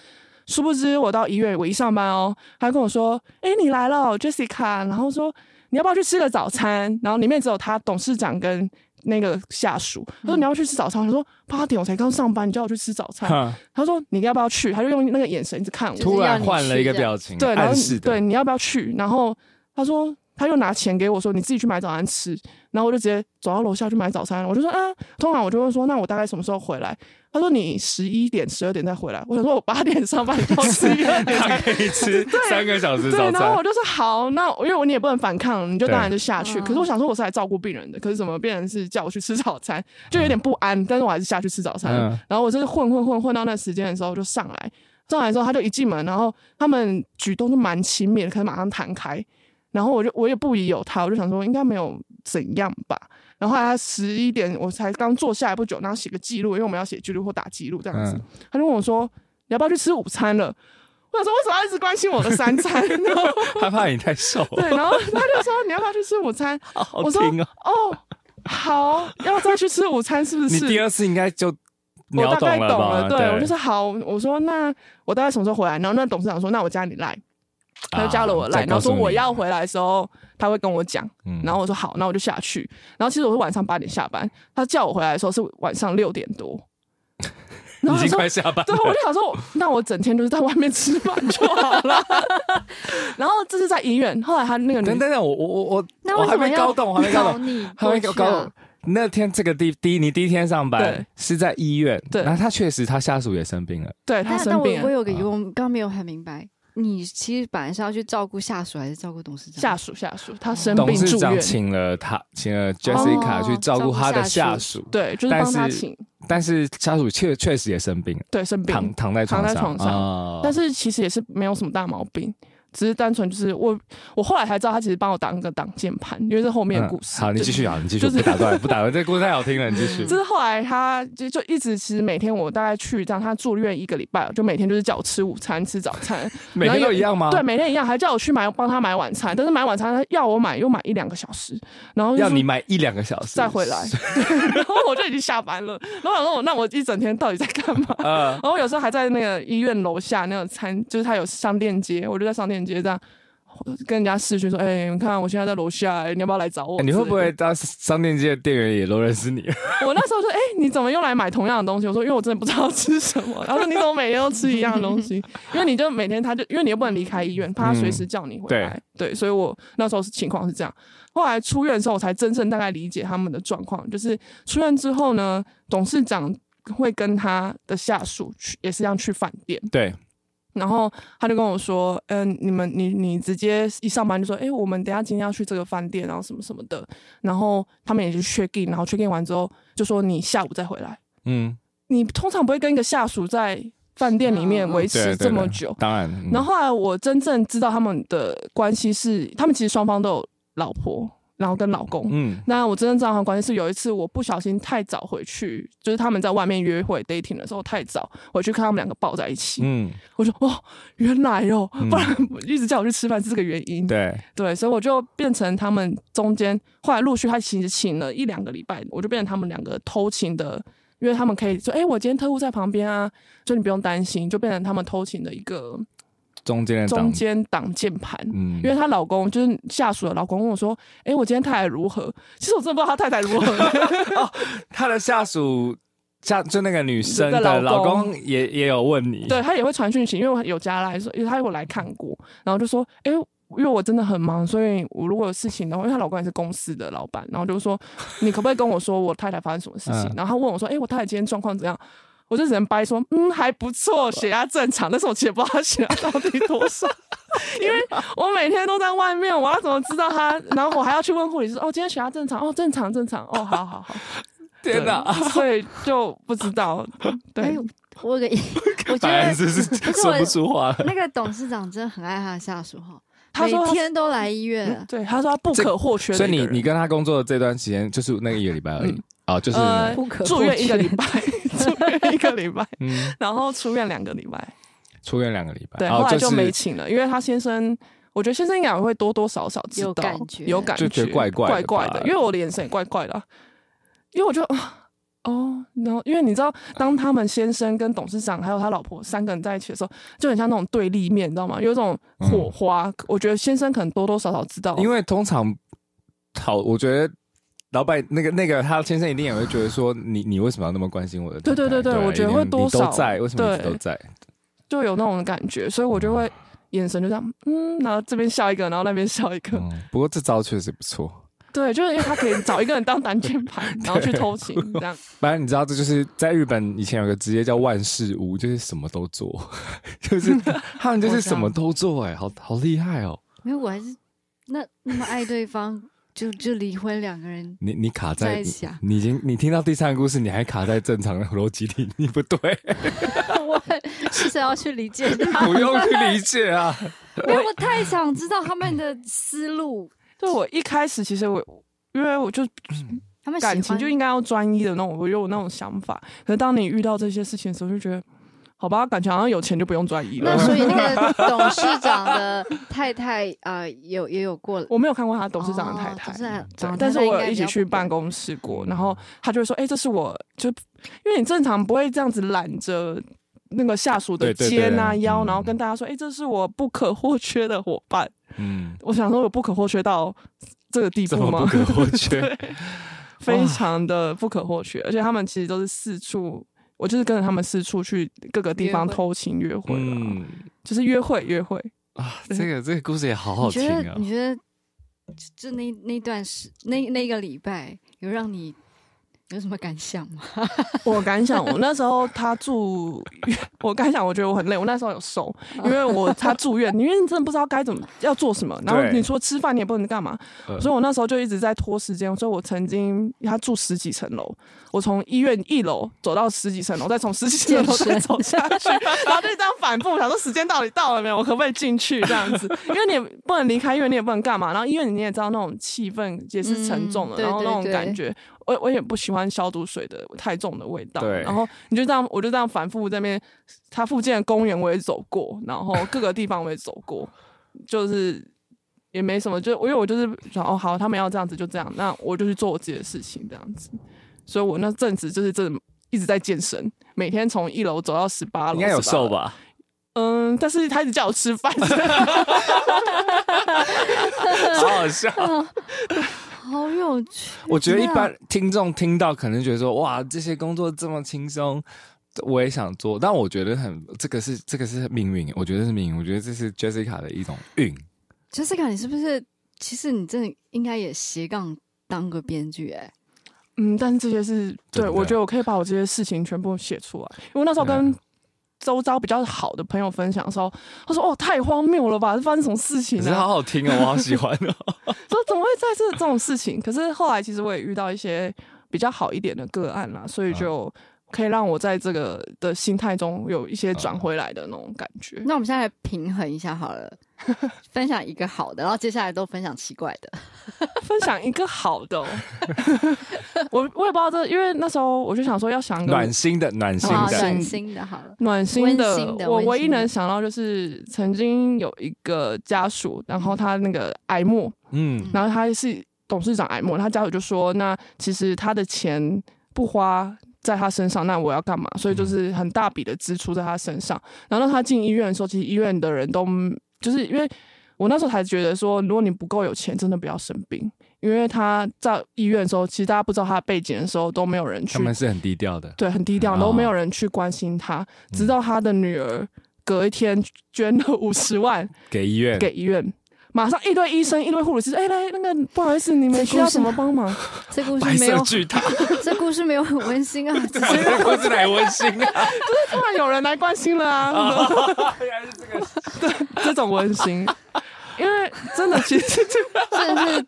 Speaker 4: 殊不知我到医院，我一上班哦，他跟我说：“哎、你来了哦，Jessica。”然后说：“你要不要去吃个早餐？”然后里面只有他董事长跟那个下属。他说：“你要去吃早餐。我说：“八点我才刚上班，你叫我去吃早 餐。
Speaker 1: 哈
Speaker 4: 他说：“你要不要去？”他就用那个眼神一直看我。
Speaker 1: 突然换了一个表情，啊
Speaker 4: 对，然后
Speaker 1: 暗
Speaker 4: 你
Speaker 1: 示的
Speaker 4: 对，你要不要去？然后他说他又拿钱给我说你自己去买早餐吃，然后我就直接走到楼下去买早餐，我就说啊，通常我就会说那我大概什么时候回来？他说你十一点十二点再回来，我想说我八点上班，你到十一 二点
Speaker 1: 他
Speaker 4: 才。
Speaker 1: 可以吃三个小时
Speaker 4: 对
Speaker 1: 早，
Speaker 4: 然后
Speaker 1: 餐
Speaker 4: 我，就说好，那因为我你也不能反抗，你就当然就下去。
Speaker 2: 嗯
Speaker 4: 可是我想说我是来照顾病人的，可是怎么变成是叫我去吃早餐，就有点不安。但是我还是下去吃早餐。
Speaker 1: 嗯
Speaker 4: 然后我就是混混混混到那时间的时候就上来，上来之后他就一进门，然后他们举动都蛮轻蔑的，可是马上弹开。然后我就我也不疑有他，我就想说应该没有怎样吧。然后后来他十一点我才刚坐下来不久，然后写个记录，因为我们要写记录或打记录这样子。
Speaker 1: 嗯
Speaker 4: 他就问我说你要不要去吃午餐了？我想说为什么要一直关心我的三餐？ 然后
Speaker 1: 他怕你太瘦，
Speaker 4: 对，然后他就说你要不要去吃午餐？
Speaker 1: 好好
Speaker 4: 我说
Speaker 1: 听哦。
Speaker 4: 哦，好，要再去吃午餐是不
Speaker 1: 你
Speaker 4: 是？
Speaker 1: 第二次应该就
Speaker 4: 我
Speaker 1: 秒
Speaker 4: 大概
Speaker 1: 了
Speaker 4: 懂
Speaker 1: 吧？
Speaker 4: 对我就说好，我说那我大概什么时候回来？然后那董事长说那我加你来，他就加了我
Speaker 1: 啊
Speaker 4: 来，
Speaker 1: 再
Speaker 4: 然后
Speaker 1: 告诉
Speaker 4: 说我
Speaker 1: 你
Speaker 4: 要回来的时候他会跟我讲，
Speaker 1: 嗯
Speaker 4: 然后我说好，那我就下去。然后其实我是晚上八点下班，他叫我回来的时候是晚上六点 多，然后
Speaker 1: 已
Speaker 4: 他
Speaker 1: 经
Speaker 4: 说
Speaker 1: 快下班
Speaker 4: 对，啊我
Speaker 1: 了，
Speaker 4: 就想说，那我整天就是在外面吃饭就好了。 然后这是在医院，后来他那个
Speaker 1: 等
Speaker 4: 女，
Speaker 1: 等等，我我我
Speaker 2: 那
Speaker 1: 我
Speaker 2: 为
Speaker 1: 还
Speaker 2: 什么
Speaker 1: 没
Speaker 2: 要
Speaker 1: 搞懂，我还没搞
Speaker 2: 找
Speaker 1: 懂，
Speaker 2: 你
Speaker 1: 还没
Speaker 2: 过
Speaker 1: 搞
Speaker 2: 去啊
Speaker 1: 搞懂。那天这个第第一，你第一天上班
Speaker 4: 对
Speaker 1: 是在医院，
Speaker 4: 对
Speaker 1: 然后他确实他下属也生病啊了，
Speaker 4: 对他
Speaker 2: 但
Speaker 4: 生
Speaker 2: 但我
Speaker 4: 病
Speaker 2: 我
Speaker 4: 了
Speaker 2: 有个疑问，我刚刚没有很明白，你其实本来是要去照顾下属还是照顾董事长？
Speaker 4: 下属下属，他生
Speaker 1: 董
Speaker 4: 病
Speaker 1: 事
Speaker 4: 住
Speaker 1: 长
Speaker 4: 院，
Speaker 1: 请了他，请了 Jessica
Speaker 2: 哦
Speaker 1: 去照顾他的
Speaker 2: 照顾下
Speaker 1: 下属，
Speaker 4: 对，就是
Speaker 1: 但
Speaker 4: 帮他
Speaker 1: 是
Speaker 4: 请，
Speaker 1: 但是下属确确实也生病了，
Speaker 4: 对，生病
Speaker 1: 躺躺在
Speaker 4: 躺
Speaker 1: 床
Speaker 4: 在
Speaker 1: 上，
Speaker 4: 床上
Speaker 1: 哦
Speaker 4: 但是其实也是没有什么大毛病，只是单纯就是我我后来才知道他其实帮我挡个挡箭盘，因为是后面的故
Speaker 1: 嗯
Speaker 4: 事。
Speaker 1: 好，你
Speaker 4: 对
Speaker 1: 继续啊，你继续，
Speaker 4: 就是
Speaker 1: 不打断， 不打断，这故事太好听了，你继 续。
Speaker 4: 就是后来他就就一直其实每天我大概去这样，他住院一个礼拜，就每天就是叫我吃午餐、吃早餐，
Speaker 1: 每天都一样吗？
Speaker 4: 对，，每天一样，还叫我去买帮他买晚餐，但是买晚餐他要我买又买一两个小时，然后就
Speaker 1: 要
Speaker 4: 说
Speaker 1: 你买一两个小时
Speaker 4: 再回来， 对 然后我就已经下班了，然后我想说我那我一整天到底在干嘛？
Speaker 1: 呃，
Speaker 4: 然后有时候还在那个医院楼下那个餐，就是他有商店街，我就在商店街这样跟人家视讯说：“哎、你看我现在在楼下、哎你要不要来找我？”
Speaker 1: 你会不
Speaker 4: 之
Speaker 1: 会
Speaker 4: 类
Speaker 1: 当商店街的店员也都认识你？
Speaker 4: 的？ 我那时候说：“哎、你怎么又来买同样的东西？”我说：“因为我真的不知道吃什么。” 然后说：“你怎么每天都吃一样的东西？ 因为你就每天他就因为你又不能离开医院，怕他随时叫你回来。对，所以我那时候是情况是这样。后来出院的时候，我才真正大概理解他们的状况。就是出院之后呢，董事长会跟他的下属去，也是这样去饭店。
Speaker 1: 对，
Speaker 4: 然后他就跟我说：“嗯、你们你你直接一上班就说，哎、我们等一下今天要去这个饭店，然啊后什么什么的。然后他们也去 check in，然后 check in 完之后就说你下午再回来。
Speaker 1: 嗯，
Speaker 4: 你通常不会跟一个下属在饭店里面维
Speaker 1: 对，
Speaker 4: 持
Speaker 1: 啊对
Speaker 4: 这么
Speaker 1: 对
Speaker 4: 久。
Speaker 1: 当然。嗯
Speaker 4: 然后后来我真正知道他们的关系是，他们其实双方都有老婆，然后跟老公。
Speaker 1: 嗯，
Speaker 4: 那我真正知道他们关系是有一次我不小心太早回去，就是他们在外面约会 dating 的时候太早回去看他们两个抱在一起。
Speaker 1: 嗯，
Speaker 4: 我说哦，原来哦，不然一直叫我去吃饭是这个原因。
Speaker 1: 对，
Speaker 4: 对所以我就变成他们中间，后来陆续他其实请了一两个礼拜，我就变成他们两个偷情的，因为他们可以说，哎、我今天特务在旁边啊，所以你不用担心，就变成他们偷情的一个
Speaker 1: 中间的
Speaker 4: 中
Speaker 1: 档，
Speaker 4: 间挡箭盘。
Speaker 1: 嗯
Speaker 4: 因为她老公就是下属的老公问我说：“哎、我今天太太如何？”其实我真的不知道她太太如何。
Speaker 1: 他的下属下就那个女生
Speaker 4: 的
Speaker 1: 的
Speaker 4: 老
Speaker 1: 老
Speaker 4: 公
Speaker 1: 公也也有问你，
Speaker 4: 对他也会传讯息，因为我有加来说，因为他有来看过，然后就说，哎、因为我真的很忙，所以我如果有事情的话，因为她老公也是公司的老板，然后就说，你可不可以跟我说我太太发生什么事情？
Speaker 1: 嗯
Speaker 4: 然后他问我说，哎、我太太今天状况怎样？我就只能掰说，嗯，还不错，血压正常，但是我其实不知道她血压到底多少， 因为我每天都在外面，我要怎么知道她？然后我还要去问护理师，哦，今天血压正常，哦，正常，正常，哦，好好好，
Speaker 1: 天哪，
Speaker 4: 对所以就不知道，
Speaker 2: 哎
Speaker 4: 对，
Speaker 2: 我 有个疑，我觉
Speaker 1: 白
Speaker 2: 得
Speaker 1: 是是
Speaker 2: 不是
Speaker 1: 说
Speaker 2: 我
Speaker 1: 不出话了。
Speaker 2: 那个董事长真的很爱他的下属哈，
Speaker 4: 他说
Speaker 2: 每
Speaker 4: 他
Speaker 2: 天都来医
Speaker 4: 嗯
Speaker 2: 院，
Speaker 4: 对，他说他不
Speaker 1: 这
Speaker 4: 可或缺
Speaker 1: 所
Speaker 4: 的
Speaker 1: 以
Speaker 4: 一个
Speaker 1: 你
Speaker 4: 人。
Speaker 1: 你跟他工作的这段时间，就是那个一个礼拜而已
Speaker 4: 嗯
Speaker 1: 啊，就是
Speaker 4: 呃
Speaker 2: 不可
Speaker 4: 住
Speaker 2: 或
Speaker 4: 院一个
Speaker 2: 缺
Speaker 4: 礼拜， 住院一个礼拜，
Speaker 1: 嗯，
Speaker 4: 然后出院两个礼拜，
Speaker 1: 出院两个礼拜，
Speaker 4: 对，
Speaker 1: 然
Speaker 4: 后来
Speaker 1: 就
Speaker 4: 就没
Speaker 1: 是
Speaker 4: 请了，因为他先生，我觉得先生应该会多多少少知道，
Speaker 2: 有感觉
Speaker 4: 有感
Speaker 1: 就觉得怪怪的
Speaker 4: 怪怪
Speaker 1: 吧
Speaker 4: 的，因为我的眼神也怪怪的啊、因为我就啊哦，然后因为你知道，当他们先生跟董事长还有他老婆三个人在一起的时候，就很像那种对立面，你知道吗？有一种火花，我觉得先生可能多多少少知道，
Speaker 1: 嗯因为通常好，我觉得。老板，那个那个，他先生一定也会觉得说你，你为什么要那么关心我的太太？
Speaker 4: 对对对对
Speaker 1: 啊
Speaker 4: 我觉得
Speaker 1: 一定
Speaker 4: 会多
Speaker 1: 你
Speaker 4: 少
Speaker 1: 都在，为什么一直
Speaker 4: 对
Speaker 1: 都 在？
Speaker 4: 就有那种感觉，所以我就会眼神就这样，嗯，然后这边笑一个，然后那边笑一个，
Speaker 1: 嗯，不过这招确实不错。
Speaker 4: 对，就是因为他可以找一个人当单键盘，然后去偷情这样。
Speaker 1: 反正你知道，这就是在日本以前有个职业叫万事屋，就是什么都做， 就是他们就是什么都做、哎，好好厉害哦！
Speaker 2: 没有，我还是那那么爱对方，就就离婚，两个人
Speaker 1: 你你卡在
Speaker 2: 在一起啊
Speaker 1: 你已经你听到第三个故事，你还卡在正常的逻辑里，你不对，
Speaker 2: 我是想要去理解他，
Speaker 1: 不用 去理解啊。
Speaker 2: 因为我太想知道他们的思路，
Speaker 4: 对我一开始其实我，因为我就
Speaker 2: 他们喜
Speaker 4: 感
Speaker 2: 欢
Speaker 4: 情就应该要专一的那种，我有那种想法。可是当你遇到这些事情的时候，就觉得，好吧，感情好像有钱就不用专一
Speaker 2: 那
Speaker 4: 了。
Speaker 2: 所以那个董事长的太太啊、呃有也有过了，
Speaker 4: 我没有看过 他董事长的太太
Speaker 2: 哦董事，长
Speaker 4: 对
Speaker 2: 长得
Speaker 4: 但是
Speaker 2: 太太
Speaker 4: 我
Speaker 2: 应
Speaker 4: 有
Speaker 2: 该
Speaker 4: 一
Speaker 2: 比
Speaker 4: 起
Speaker 2: 较
Speaker 4: 去
Speaker 2: 不
Speaker 4: 办公室过，然后他就会说，哎、这是我就，因为你正常不会这样子揽着。那个下属的
Speaker 1: 对对对
Speaker 4: 肩啊腰，
Speaker 1: 嗯
Speaker 4: 然后跟大家说：“哎、这是我不可或缺的伙伴。”
Speaker 1: 嗯，
Speaker 4: 我想说，有不可或缺到这个地步
Speaker 1: 这么
Speaker 4: 吗？
Speaker 1: 不可或缺，
Speaker 4: 非常的不可或缺，而且他们其实都是四处，我就是跟着他们四处去各个地方
Speaker 2: 约会
Speaker 4: 偷情约会啦，
Speaker 1: 嗯
Speaker 4: 就是约会约会。
Speaker 1: 啊，这个这个故事也好好
Speaker 2: 你
Speaker 1: 听
Speaker 2: 觉
Speaker 1: 啊
Speaker 2: 得你。觉得就就那那段时那那个礼拜有让你有什么感想吗？
Speaker 4: 我敢想，我那时候他住，我敢想，我觉得我很累，我那时候有瘦，因为我他住院，因为你真的不知道该怎么要 做什么，然后
Speaker 1: 对
Speaker 4: 你说吃饭你也不能干嘛，
Speaker 2: 嗯
Speaker 1: 呃
Speaker 4: 所以我那时候就一直在拖时间，所以我曾经他住十几层楼，我从医院一楼走到十几层楼，再从十几层楼
Speaker 2: 健身
Speaker 4: 再走下去， 然后就这样反复，想说时间到底到了没有，我可不可以进去这样 子？因为你也不能离开医院，你也不能干嘛，然后医院你也知道那种气氛也是沉重的，
Speaker 2: 嗯对
Speaker 4: 然后那种
Speaker 2: 对对
Speaker 4: 感觉。我我也不喜欢消毒水的太重的味道，
Speaker 1: 对
Speaker 4: 然后你就这样，我就这样反复在那边，它附近的公园我也走过，然后各个地方我也走过，就是也没什么，就因为我就是想哦，好，他们要这样子就这样，那我就去做我自己的事情这样子。所以我那阵子就是真的一直在健身，每天从一楼走到十八楼，
Speaker 1: 应该有瘦
Speaker 4: 18楼？
Speaker 1: 吧？
Speaker 4: 嗯，但是他一直叫我吃饭，
Speaker 1: 好好笑。
Speaker 2: 好嗯有趣，啊
Speaker 1: 我觉得一般听众听到可能觉得说，哇，这些工作这么轻松，我也想做。但我觉得很，这个是这个是命运，我觉得是命运，我觉得这是 Jessica 的一种运。
Speaker 2: Jessica，你是不是其实你真的应该也斜杠当个编剧哎、
Speaker 4: 嗯，但是这些是
Speaker 1: 真
Speaker 4: 对
Speaker 1: 的
Speaker 4: 我觉得我可以把我这些事情全部写出来，因为那时候
Speaker 1: 嗯
Speaker 4: 跟周遭比较好的朋友分享的时候，他说：“哦，太荒谬了吧，这发生什么事情
Speaker 1: 可是
Speaker 4: 啊？”
Speaker 1: 好好听哦，我好喜欢 哦。
Speaker 4: 说怎么会在这这种事情？可是后来其实我也遇到一些比较好一点的个案啦，
Speaker 1: 嗯
Speaker 4: 所以就可以让我在这个的心态中有一些
Speaker 1: 嗯
Speaker 4: 转回来的那种感觉。
Speaker 2: 那我们现在来平衡一下好 了，分享一个好的，然后接下来都分享奇怪的。
Speaker 4: 分享一个好的哦、 我我也不知道这，因为那时候我就想说要想一个
Speaker 1: 暖心的，暖心
Speaker 4: 好
Speaker 2: 好，
Speaker 4: 的
Speaker 1: 的，
Speaker 2: 哦暖心的好了。
Speaker 4: 暖心
Speaker 2: 温
Speaker 4: 的，
Speaker 2: 馨的
Speaker 4: 我
Speaker 2: 温馨的
Speaker 4: 唯一能想到就是曾经有一个家属，然后他那个癌末，
Speaker 1: 嗯，
Speaker 4: 然后他是董事长癌末，他家属就说，那其实他的钱不花在他身上，那我要干嘛？所以就是很大笔的支出在他身上。然后让他进医院的时候，其实医院的人都就是因为我那时候才觉得说，如果你不够有钱，真的不要生病。因为他在医院的时候，其实大家不知道他的背景的时候，都没有人去
Speaker 1: 他们是很低调的。
Speaker 4: 对，很低调，
Speaker 1: 哦
Speaker 4: 都没有人去关心他。直到他的女儿隔一天捐了五十万
Speaker 1: 给医院，
Speaker 4: 给医院，马上一堆医生、一堆护理师，哎、来，那个不好意思，你们需要什么帮 忙？
Speaker 2: 这故
Speaker 1: 白
Speaker 2: 事没
Speaker 1: 色
Speaker 2: 有，
Speaker 1: 巨塔，
Speaker 2: 这故事没有很温馨 啊，只是
Speaker 1: 这故事来温馨啊！
Speaker 4: 突然有人来关心了 啊！ 对，这种温馨，因为真的，其实这
Speaker 1: 啊
Speaker 2: 真的是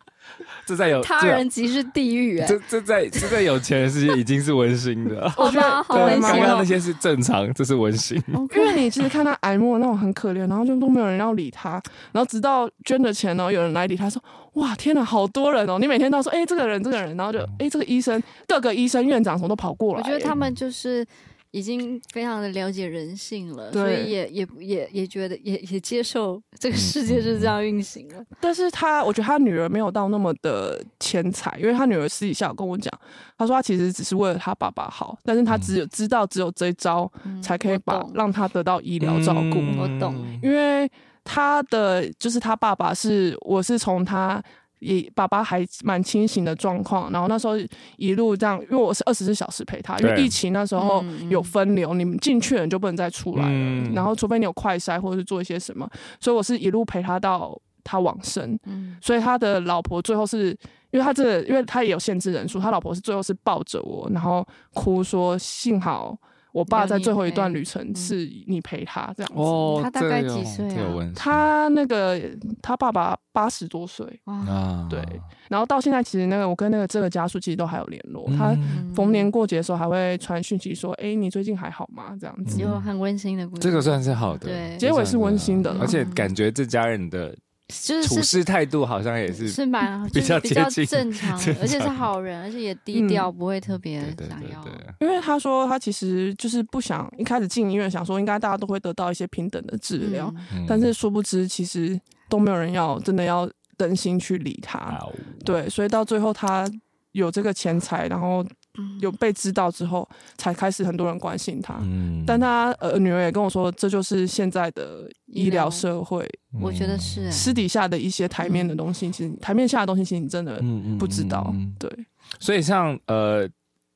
Speaker 1: 这在有
Speaker 2: 他人即是地狱、欸，。
Speaker 1: 这这在这在有钱人世界已经是温馨的了
Speaker 2: 好吧，好
Speaker 1: 对，
Speaker 2: 危
Speaker 1: 刚
Speaker 2: 险
Speaker 1: 刚那
Speaker 2: 哦。
Speaker 1: 些是正常，这是温馨。
Speaker 4: 因为你其实看他挨默那种很可怜，然后就都没有人要理他，然后直到捐的钱，然哦后有人来理他说：“哇，天哪，好多人哦！”你每天都说：“哎、这个人，这个人。”然后就：“哎、这个医生，各个医生、院长什么都跑过来。”
Speaker 2: 我觉得他们就是已经非常的了解人性了，所
Speaker 4: 对
Speaker 2: 以也也也也觉得也也接受这个世界是这样运行的。
Speaker 4: 但是他，我觉得他女儿没有到那么的钱财，因为他女儿私底下有跟我讲，他说他其实只是为了他爸爸好，但是他只有知道只有这一招
Speaker 2: 嗯
Speaker 4: 才可以把
Speaker 2: 我懂
Speaker 4: 让他得到医疗照顾，
Speaker 1: 嗯
Speaker 2: 我懂
Speaker 4: 因为他的就是他爸爸是我是从他。也爸爸还蛮清醒的状况，然后那时候一路这样，因为我是二十四小时陪他，因为
Speaker 1: 对
Speaker 4: 疫情那时候
Speaker 2: 嗯嗯
Speaker 4: 有分流，你们进去了你就不能再出来了，
Speaker 1: 嗯
Speaker 4: 然后除非你有快筛或者是做一些什么，所以我是一路陪他到他往生，
Speaker 2: 嗯，
Speaker 4: 所以他的老婆最后是因为他这个，因为他也有限制人数，他老婆是最后是抱着我，然后哭说幸好我爸在最后一段旅程是你陪他这样子。
Speaker 1: 嗯哦，
Speaker 2: 他大
Speaker 1: 这
Speaker 2: 概
Speaker 1: 有
Speaker 2: 几岁
Speaker 1: 这有
Speaker 2: 啊
Speaker 1: 温馨
Speaker 4: 他那个他爸爸八十多岁，
Speaker 2: 哇，
Speaker 1: 啊，
Speaker 4: 对然后到现在其实那个我跟那个这个家属其实都还有联络，他
Speaker 1: 嗯
Speaker 4: 逢年过节的时候还会传讯息说，哎、你最近还好吗？这样子。
Speaker 2: 有很温馨的故事，
Speaker 1: 嗯这个算是好的，
Speaker 2: 对
Speaker 1: 这
Speaker 4: 结尾
Speaker 1: 算
Speaker 4: 是温馨的
Speaker 1: 好
Speaker 4: 啦
Speaker 1: 而且感觉这家人的
Speaker 2: 就
Speaker 1: 处
Speaker 2: 是
Speaker 1: 事态度好像也是
Speaker 2: 是蛮
Speaker 1: 比
Speaker 2: 就是
Speaker 1: 较
Speaker 2: 比
Speaker 1: 接
Speaker 2: 较
Speaker 1: 近
Speaker 2: 正 常
Speaker 1: 正，
Speaker 2: 而且是
Speaker 1: 常
Speaker 2: 好人，而且也低
Speaker 4: 嗯
Speaker 2: 调，不会特别
Speaker 1: 对对
Speaker 2: 想要
Speaker 1: 对。对，
Speaker 4: 因为他说他其实就是不想一开始进医院，想说应该大家都会得到一些平等的治疗，
Speaker 2: 嗯
Speaker 1: 嗯
Speaker 4: 但是殊不知，其实都没有人要真的要真心去理他。
Speaker 1: 啊呜
Speaker 4: 对，所以到最后他有这个钱财，然后
Speaker 2: 嗯
Speaker 4: 有被知道之后，才开始很多人关心他。
Speaker 1: 嗯
Speaker 4: 但他呃女儿也跟我说，这就是现在的医疗社会
Speaker 1: 嗯
Speaker 2: 我觉得是欸
Speaker 4: 私底下的一些台面
Speaker 2: 嗯
Speaker 4: 的东西，其实台面下的东西，其实你真的
Speaker 1: 嗯
Speaker 4: 不知道。
Speaker 1: 嗯嗯嗯
Speaker 4: 对，
Speaker 1: 所以像呃，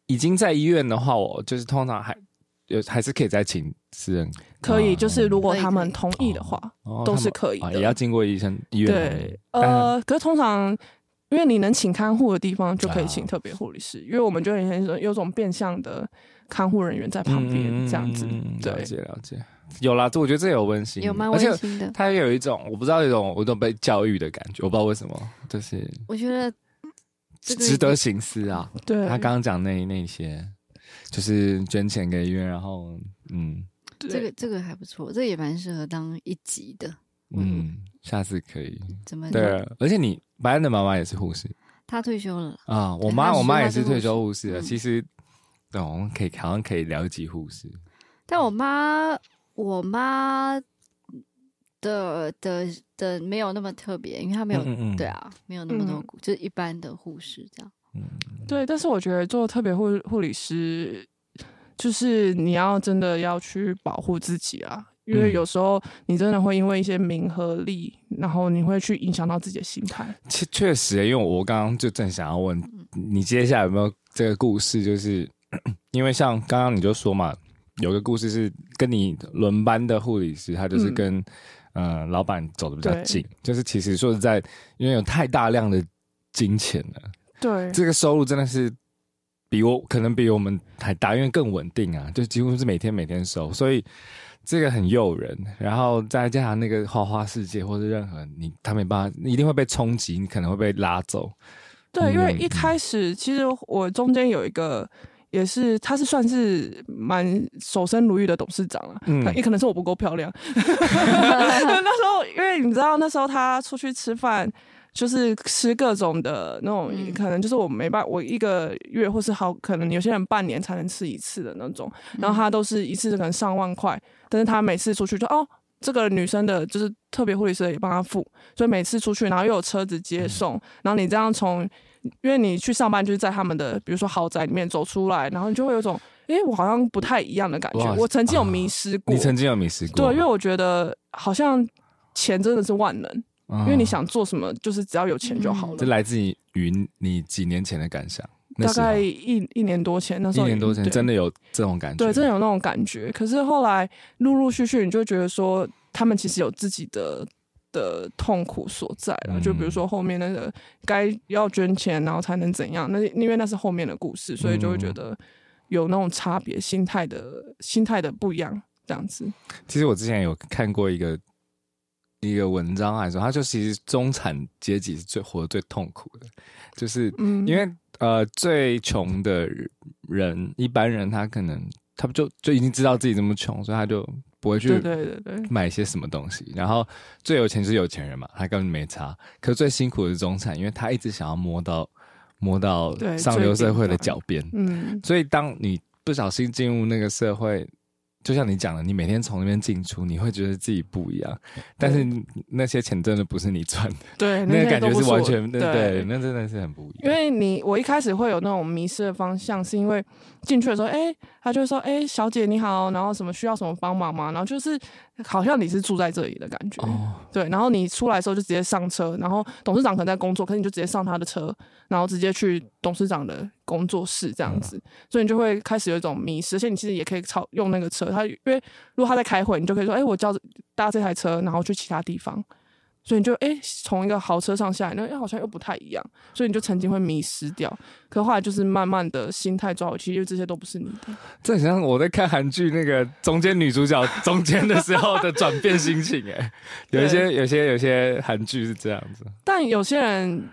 Speaker 1: 已经在医院的话，我就是通常还有还是可以再请私人，
Speaker 4: 可以，
Speaker 1: 哦
Speaker 4: 就是如果
Speaker 2: 可以
Speaker 4: 他
Speaker 2: 可
Speaker 4: 们
Speaker 2: 以
Speaker 4: 同意的话，
Speaker 1: 哦
Speaker 4: 都
Speaker 1: 他
Speaker 4: 是可以
Speaker 1: 们
Speaker 4: 的。
Speaker 1: 哦也要经过医生医院同意
Speaker 4: 对，
Speaker 1: 嗯
Speaker 4: 呃，可是通常因为你能请看护的地方就可以请
Speaker 1: 啊
Speaker 4: 特别护理师，因为我们就以前有种变相的看护人员在旁边这样子
Speaker 1: 嗯嗯嗯嗯，了
Speaker 4: 对，
Speaker 1: 解了解，有啦，这我觉得这有温馨，
Speaker 2: 有蛮
Speaker 1: 而且
Speaker 2: 温馨的，
Speaker 1: 他有一种我不知道有一种我有种被教育的感觉，我不知道为什么，就是
Speaker 2: 我觉得这个
Speaker 1: 值得醒思啊。
Speaker 4: 对，
Speaker 1: 他刚刚讲那那些，就是捐钱给医院，然后嗯
Speaker 2: 这个
Speaker 4: 对
Speaker 2: 这个还不错，这个也蛮适合当一集的。
Speaker 1: 嗯，下次可以。
Speaker 4: 嗯
Speaker 2: 怎么
Speaker 1: 对，啊而且你白安的妈妈也是护士
Speaker 2: 他退休了啦，
Speaker 1: 啊，我
Speaker 2: 对
Speaker 1: 妈
Speaker 2: 她
Speaker 1: 我妈也是
Speaker 2: 是护士
Speaker 1: 退休护士了。啊
Speaker 2: 嗯
Speaker 1: 其实，懂可以好像可以聊一集护士，
Speaker 2: 但我妈我妈的的的没有那么特别，因为她没有、
Speaker 1: 嗯
Speaker 2: 对，啊，没有那么多
Speaker 4: 嗯，
Speaker 2: 就是一般的护士这样。
Speaker 4: 对，但是我觉得做特别护护理师，就是你要真的要去保护自己啊。因为
Speaker 1: 嗯
Speaker 4: 有时候你真的会因为一些名和利，然后你会去影响到自己的心态。
Speaker 1: 确确实，欸因为我刚刚就正想要问你，接下来有没有这个故事？就是 因为像刚刚你就说嘛，有个故事是跟你轮班的护理师，他就是
Speaker 4: 嗯
Speaker 1: 跟、呃老板走的比较
Speaker 4: 对
Speaker 1: 近，就是其实说实在，因为有太大量的金钱了，
Speaker 4: 对，
Speaker 1: 这个收入真的是比我可能比我们还大，因为更稳定啊，就几乎是每天每天收，所以这个很诱人。然后再加上那个花花世界或者任何你他没办法，你一定会被冲击，你可能会被拉走。
Speaker 4: 对，因为
Speaker 1: 嗯
Speaker 4: 一开始其实我中间有一个。也是，他是算是蛮守身如玉的董事长啊了、
Speaker 1: 嗯
Speaker 4: 也可能是我不够漂亮。 那时候，因为你知道，那时候他出去吃饭，就是吃各种的那种，
Speaker 2: 嗯
Speaker 4: 可能就是我没办我一个月或是好，可能有些人半年才能吃一次的那种。然后他都是一次可能上万块，但是他每次出去就哦，这个女生的就是特别护理师也帮他付，所以每次出去，然后又有车子
Speaker 1: 嗯
Speaker 4: 接送，然后你这样从，因为你去上班就是在他们的比如说豪宅里面走出来，然后你就会有一种，诶，我好像不太一样的感觉
Speaker 1: 哇。啊
Speaker 4: 我曾经有迷失过，
Speaker 1: 你曾经有迷失过吗，
Speaker 4: 对，因为我觉得好像钱真的是万能，
Speaker 1: 嗯
Speaker 4: 因为你，想做什么，就是只要有钱就好了。
Speaker 1: 这来自于于你几年前的感想，那
Speaker 4: 大
Speaker 1: 时候
Speaker 4: 概一一年多前，那时
Speaker 1: 一
Speaker 4: 候
Speaker 1: 年多前，
Speaker 4: 对
Speaker 1: 真的有这种感觉，
Speaker 4: 对，真的有那种感觉。可是后来陆陆续续，你就觉得说，他们其实有自己的的痛苦所在了。
Speaker 1: 嗯
Speaker 4: 就比如说后面那个该要捐钱，然后才能怎样，那因为那是后面的故事，所以就会觉得有那种差别心态的心态的不一样，这样子。
Speaker 1: 其实我之前有看过一个一个文章来说，他就其实中产阶级是最活得最痛苦的，就是
Speaker 4: 嗯，
Speaker 1: 因为呃最穷的人，一般人他可能他不就就已经知道自己这么穷，所以他就不会去
Speaker 4: 对对对对，
Speaker 1: 买一些什么东西。然后最有钱就是有钱人嘛，他根本没差。可是最辛苦的是中产，因为他一直想要摸到摸到
Speaker 4: 对
Speaker 1: 上流社会的脚边。
Speaker 4: 嗯，
Speaker 1: 所以当你不小心进入那个社会，就像你讲的，你每天从那边进出，你会觉得自己不一样。但是那些钱真的不是你赚的，
Speaker 4: 对，
Speaker 1: 那
Speaker 4: 些
Speaker 1: 个感
Speaker 4: 都
Speaker 1: 觉
Speaker 4: 不
Speaker 1: 是
Speaker 4: 我
Speaker 1: 完全
Speaker 4: 对
Speaker 1: 对对，那真的是很不一
Speaker 4: 因
Speaker 1: 样。
Speaker 4: 为你我一开始会有那种迷失的方向，是因为进去的时候，哎、他就会说，哎、小姐你好，然后什么需要什么帮忙吗？然后就是好像你是住在这里的感觉，
Speaker 1: 哦，
Speaker 4: 对。然后你出来的时候就直接上车，然后董事长可能在工作，可是你就直接上他的车，然后直接去董事长的工作室这样子，所以你就会开始有一种迷失。而且你其实也可以操用那个车，他因为如果他在开会，你就可以说，哎、我叫搭这台车，然后去其他地方。所以你就哎，从、一个豪车上下来，那、哎好像又不太一样，所以你就曾经会迷失掉。可后来就是慢慢的心态抓回去，因为这些都不是你的。
Speaker 1: 这很像我在看韩剧那个中间女主角中间的时候的转变心情 哎，有一些有些有些韩剧是这样子，
Speaker 4: 但有些人，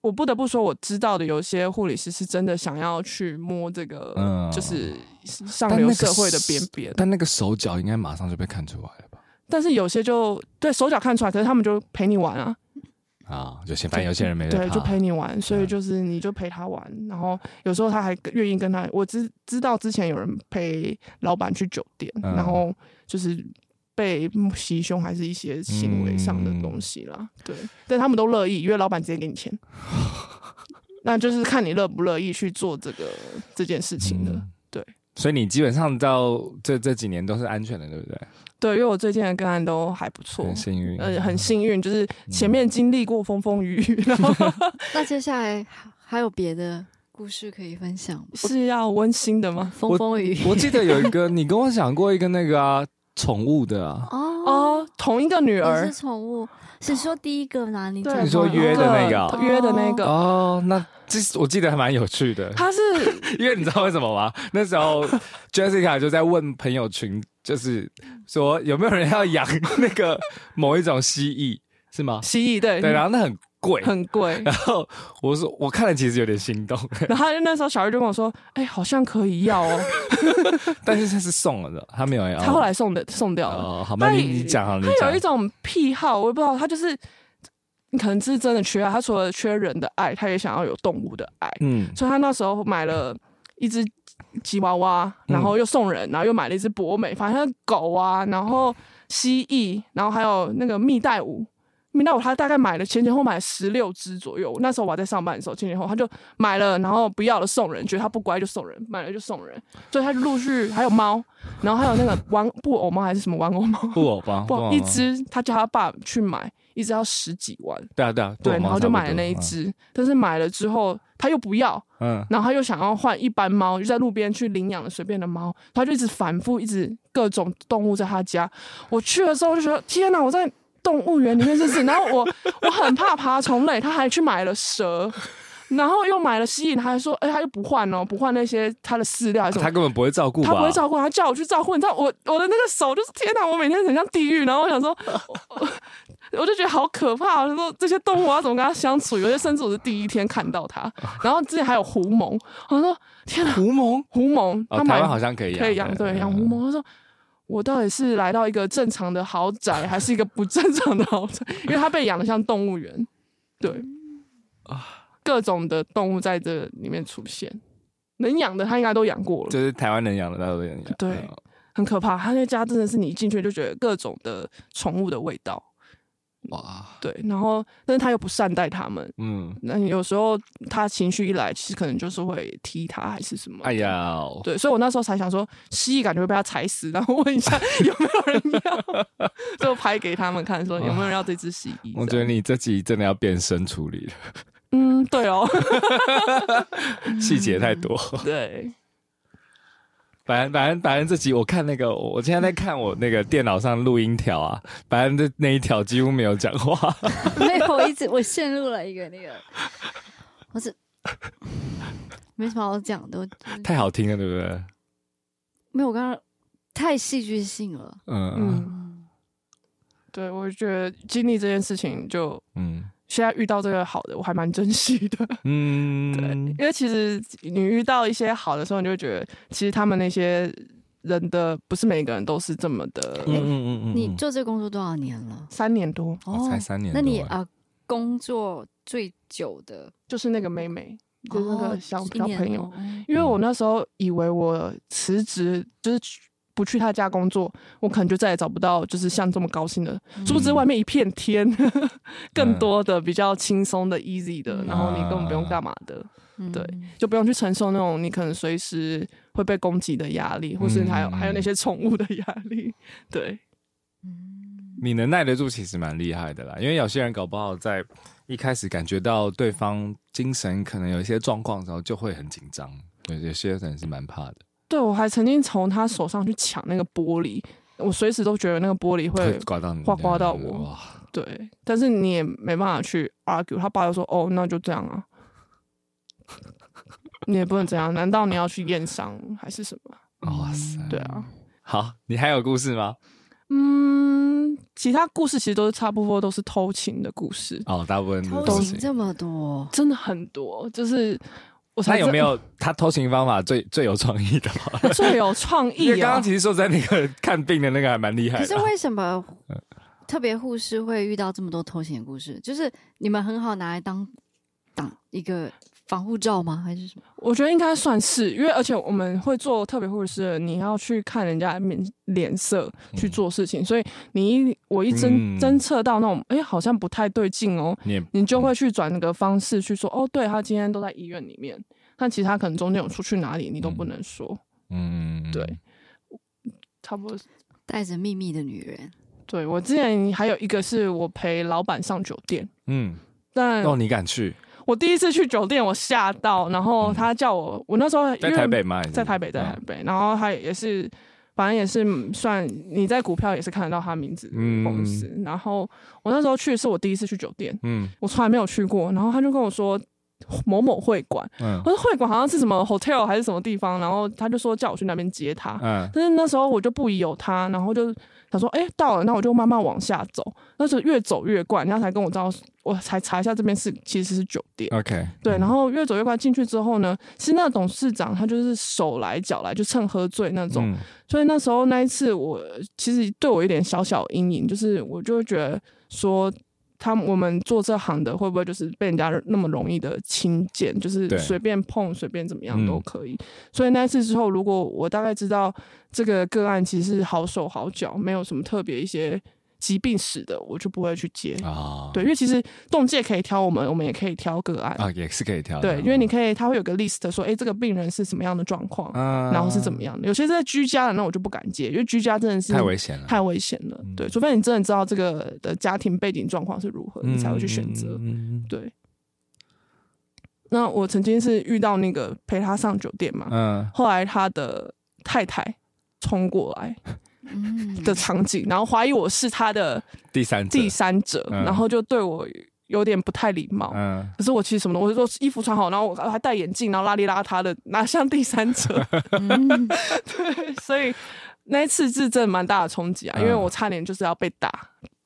Speaker 4: 我不得不说，我知道的有些护理师是真的想要去摸这个，
Speaker 1: 嗯
Speaker 4: 就是上
Speaker 1: 但那
Speaker 4: 流
Speaker 1: 个
Speaker 4: 社会的
Speaker 1: 是
Speaker 4: 边边。
Speaker 1: 但那个手脚应该马上就被看出来了吧？
Speaker 4: 但是有些就对手脚看出来，可是他们就陪你玩啊，
Speaker 1: 啊，有些反正有些人没在
Speaker 4: 对，
Speaker 1: 怕
Speaker 4: 就陪你玩，所以
Speaker 1: 嗯
Speaker 4: 就是你就陪他玩，然后有时候他还愿意跟他，我知知道之前有人陪老板去酒店，
Speaker 1: 嗯
Speaker 4: 然后就是被袭胸还是一些行为上的
Speaker 1: 嗯
Speaker 4: 东西啦，对，但他们都乐意，因为老板直接给 你钱，那就是看你乐不乐意去做这个这件事情的。
Speaker 1: 嗯
Speaker 4: 对。
Speaker 1: 所以你基本上到这这几年都是安全的，对不对？
Speaker 4: 对，因为我最近的个案都还不错
Speaker 1: 很，幸运，啊嗯
Speaker 4: 呃，很幸运，就是前面经历过风风雨雨，然后
Speaker 2: 那接下来还还有别的故事可以分享吗？
Speaker 4: 是要温馨的吗？
Speaker 2: 风风雨雨
Speaker 1: 我 记得有一个，你跟我讲过一个那个啊，宠物的啊，
Speaker 2: 哦，
Speaker 4: 哦，同一个女
Speaker 2: 也
Speaker 4: 儿
Speaker 2: 是，宠物，是说第一个吗？你
Speaker 4: 对
Speaker 2: 讲
Speaker 1: 你说
Speaker 2: 过
Speaker 1: 约 的那个
Speaker 4: 对
Speaker 1: 啊
Speaker 4: 约的那个，
Speaker 1: 哦，那这是我记得还蛮有趣 的，
Speaker 4: 她是
Speaker 1: 因为你知道为什么吗？那时候 Jessica 就在问朋友群，就是说有没有人要养那个某一种蜥蜴，是 吗？
Speaker 4: 蜥蜴，对，
Speaker 1: 对，然后那很贵，
Speaker 4: 哎很贵。
Speaker 1: 然后我说我看了其实有点心 动，
Speaker 4: 然后她那时候小玉就跟我说：“哎，好像可以 要哦。
Speaker 1: 但是他是送了的，他没有要。
Speaker 4: 她后来送的送掉了。
Speaker 1: 哦，好吧，
Speaker 4: 但
Speaker 1: 你你讲好，你
Speaker 4: 她
Speaker 1: 讲
Speaker 4: 有一。种癖好，我也不知道，她就是你可能是真的缺爱，她除了缺人的爱，她也想要有动物的爱。
Speaker 1: 嗯，
Speaker 4: 所以她那时候买了一只吉娃娃，然后又送人，然后又买了一只博美，反正狗啊，然后蜥蜴，然后还有那个蜜袋鼯。蜜袋鼯他大概买了前前后买十六只左右，那时候我还在上班的时候，前前后后他就买了，然后不要了送人，觉得他不乖就送人，买了就送人，所以他就陆续还有猫，然后还有那个玩布偶猫还是什么玩偶猫，
Speaker 1: 布偶吧，
Speaker 4: 不
Speaker 1: 布偶
Speaker 4: 好
Speaker 1: 吗
Speaker 4: 一只他叫他爸去买，一只要十几万，
Speaker 1: 对啊对啊，布
Speaker 4: 对，
Speaker 1: 偶猫
Speaker 4: 然后
Speaker 1: 差
Speaker 4: 就
Speaker 1: 不
Speaker 4: 买了
Speaker 1: 多
Speaker 4: 那一，只，但是买了之后他又不要，
Speaker 1: 嗯，嗯
Speaker 4: 然后他又想要换一般猫，就在路边去领养了随便的猫，他就一直反复，一直各种动物在他家。我去的时候我就觉得天哪，我在动物园里面认 识。然后我我很怕爬虫类，他还去买了蛇，然后又买了蜥蜴，他还说，哎、他又不换哦，不换那些他的饲料还是什
Speaker 1: 他
Speaker 4: 么。
Speaker 1: 根本不会照顾吧？
Speaker 4: 他不会照顾，他叫我去照顾。你知道我我的那个手就是天哪，我每天很像地狱。然后我想说， 我我就觉得好可怕。我说这些动物啊我要怎么跟它相处？有些甚至我是第一天看到它。 然后之前还有狐獴，我说天哪，
Speaker 1: 狐獴，
Speaker 4: 狐獴，
Speaker 1: 哦，
Speaker 4: 他
Speaker 1: 台
Speaker 4: 买
Speaker 1: 湾好像可以
Speaker 4: 可以养，对，养狐。
Speaker 1: 嗯
Speaker 4: 獴。他说我到底是来到一个正常的豪宅，还是一个不正常的豪宅？因为它被养的像动物园，对，
Speaker 1: 啊
Speaker 4: 各种的动物在这里面出现，能养的它应该都养过了。
Speaker 1: 就是台湾能养的，大家都能养。
Speaker 4: 对
Speaker 1: 嗯
Speaker 4: 很可怕。他那家真的是你一进去就觉得各种的宠物的味道，
Speaker 1: 哇，
Speaker 4: 对。然后，但是他又不善待他们，
Speaker 1: 嗯，
Speaker 4: 那有时候他情绪一来，其实可能就是会踢他还是什么。
Speaker 1: 哎。呀，
Speaker 4: 对，所以我那时候才想说，蜥蜴感觉会被他踩死，然后问一 下有没有人要，就拍给他们看，说有没有人要这只蜥蜴。
Speaker 1: 我觉得
Speaker 4: 这样，
Speaker 1: 你这集真的要变身处理了，
Speaker 4: 嗯，对哦，嗯
Speaker 1: 细节太多。
Speaker 4: 对，
Speaker 1: 反正反正反正这集我看那个，我我现在在看我那个电脑上录音条啊，反正这那一条几乎没有讲 话。
Speaker 2: 没有，我一直我陷入了一个那个，我是没什么好讲的，我
Speaker 1: 太好听了，对不对？
Speaker 2: 没有，我刚刚太戏剧性了。
Speaker 1: 嗯，
Speaker 4: 嗯，对，我觉得经历这件事情就
Speaker 1: 嗯
Speaker 4: 现在遇到这个好的，我还蛮珍惜的。
Speaker 1: 嗯，
Speaker 4: 因为其实你遇到一些好的时候，你就会觉得其实他们那些人的不是每个人都是这么的。
Speaker 1: 嗯嗯嗯
Speaker 2: 你做这个工作多少年了？哦
Speaker 4: 三年多
Speaker 1: 我才三年
Speaker 2: 那
Speaker 1: 多，
Speaker 2: 你啊、呃工作最久的
Speaker 4: 就是那个妹妹，就是那
Speaker 2: 哦
Speaker 4: 个小
Speaker 2: 一
Speaker 4: 小
Speaker 2: 年
Speaker 4: 朋友，
Speaker 2: 哦嗯
Speaker 4: 因为我那时候以为我辞职就是去不去他家工作，我可能就再也找不到就是像这么高兴的。殊不知
Speaker 2: 嗯
Speaker 4: 外面一片天， 更多的比较轻松的、easy 的，
Speaker 2: 嗯
Speaker 4: 然后你根本不用干嘛的，
Speaker 2: 嗯
Speaker 4: 对就不用去承受那种你可能随时会被攻击的压力，或是还有
Speaker 1: 嗯
Speaker 4: 还有那些宠物的压力。对，
Speaker 2: 嗯
Speaker 1: 你能耐得住，其实蛮厉害的啦。因为有些人搞不好在一开始感觉到对方精神可能有一些状况的时候，就会很紧张。有有些人是蛮怕的，
Speaker 4: 对我还曾经从他手上去抢那个玻璃，我随时都觉得那个玻璃会
Speaker 1: 会刮到你，
Speaker 4: 刮刮到我
Speaker 1: 哇，
Speaker 4: 对，但是你也没办法去 argue。他爸就说：“哦，那就这样啊，你也不能这样。难道你要去验伤还是什么？
Speaker 1: 哇塞！
Speaker 4: 对啊，
Speaker 1: 好，你还有故事吗？
Speaker 4: 嗯，其他故事其实都是差不多，都是偷情的故事，
Speaker 1: 哦，大部分
Speaker 2: 偷
Speaker 1: 都
Speaker 2: 情这么多，
Speaker 4: 真的很多。就是我才
Speaker 1: 那有没
Speaker 4: 有
Speaker 1: 有他偷情方法最最有创意的 吗？
Speaker 4: 最有创
Speaker 1: 因
Speaker 4: 意
Speaker 1: 为刚
Speaker 4: 啊
Speaker 1: 刚？其实说在那个看病的那个还蛮厉害
Speaker 2: 可是
Speaker 1: 的。
Speaker 2: 为什么
Speaker 1: 嗯
Speaker 2: 特别护士会遇到这么多偷情的故事？就是你们很好拿来当当一个防护罩吗？还是什么？
Speaker 4: 我觉得应该算是，因为而且我们会做特别护士的，你要去看人家的面脸色去做事情，所以你一我一侦、
Speaker 1: 嗯
Speaker 4: 侦测到那种，哎、好像不太对劲哦，
Speaker 1: 你也
Speaker 4: 你就会去转个方式去说，哦，对他今天都在医院里面，但其实他可能中间有出去哪里，你都不能说，
Speaker 1: 嗯，
Speaker 4: 对差不多是。
Speaker 2: 带着秘密的女人，
Speaker 4: 对我之前还有一个是我陪老板上酒店，
Speaker 1: 嗯，
Speaker 4: 但
Speaker 1: 哦，你敢去？
Speaker 4: 我第一次去酒店我吓到，然后他叫我，我那时候
Speaker 1: 在
Speaker 4: 因为
Speaker 1: 台北吗？
Speaker 4: 在台北，在台
Speaker 1: 嗯
Speaker 4: 北，然后他也是，反正也是算你在股票也是看得到他名字的公司。然后我那时候去是我第一次去酒店，
Speaker 1: 嗯
Speaker 4: 我从来没有去过，然后他就跟我说某某会馆，
Speaker 1: 嗯
Speaker 4: 我说会馆好像是什么 hotel 还是什么地方，然后他就说叫我去那边接他。
Speaker 1: 嗯，
Speaker 4: 但是那时候我就不疑有他，然后就想说，哎、到了，那我就慢慢往下走。那时候越走越怪，人家才跟我知道，我才查一下这边是其实是酒店。
Speaker 1: OK，
Speaker 4: 对，然后越走越快进去之后呢，是那董事长他就是手来脚来，就趁喝醉那种。
Speaker 1: 嗯
Speaker 4: 所以那时候那一次我，其实对我有点小小阴影，就是我就会觉得说，他们我们做这行的会不会就是被人家那么容易的轻贱，就是
Speaker 1: 对嗯
Speaker 4: 随便碰随便怎么样都可以。所以那一次之后，如果我大概知道这个个案其实是好手好脚，没有什么特别一些疾病史的，我就不会去接。
Speaker 1: 啊，
Speaker 4: 对，因为其实中介可以挑我们，我们也可以挑个案。
Speaker 1: 啊，也是可以挑的。
Speaker 4: 对，因为你可以，他会有个 list 说，哎、这个病人是什么样的状况，
Speaker 1: 嗯，
Speaker 4: 然后是怎么样的。有些是在居家的，那我就不敢接，因为居家真的是
Speaker 1: 啊太危险了，
Speaker 4: 太危险了。
Speaker 1: 嗯
Speaker 4: 对，除非你真的知道这个的家庭背景状况是如何，你才会去选择。
Speaker 1: 嗯
Speaker 4: 对。那我曾经是遇到那个陪他上酒店嘛，
Speaker 1: 嗯
Speaker 4: 后来他的太太冲过来
Speaker 2: 嗯，
Speaker 4: 的场景，然后怀疑我是他的
Speaker 1: 第三者
Speaker 4: 第三者，
Speaker 1: 嗯
Speaker 4: 然后就对我有点不太礼貌。
Speaker 1: 嗯，
Speaker 4: 可是我其实什么都，我就说衣服穿好，然后我还戴眼镜，然后邋里邋遢的，哪像第 三者？
Speaker 2: 嗯
Speaker 4: 对，所以那一次是真的蛮大的冲击啊，
Speaker 1: 嗯哦
Speaker 4: 因为我差点就是要被打，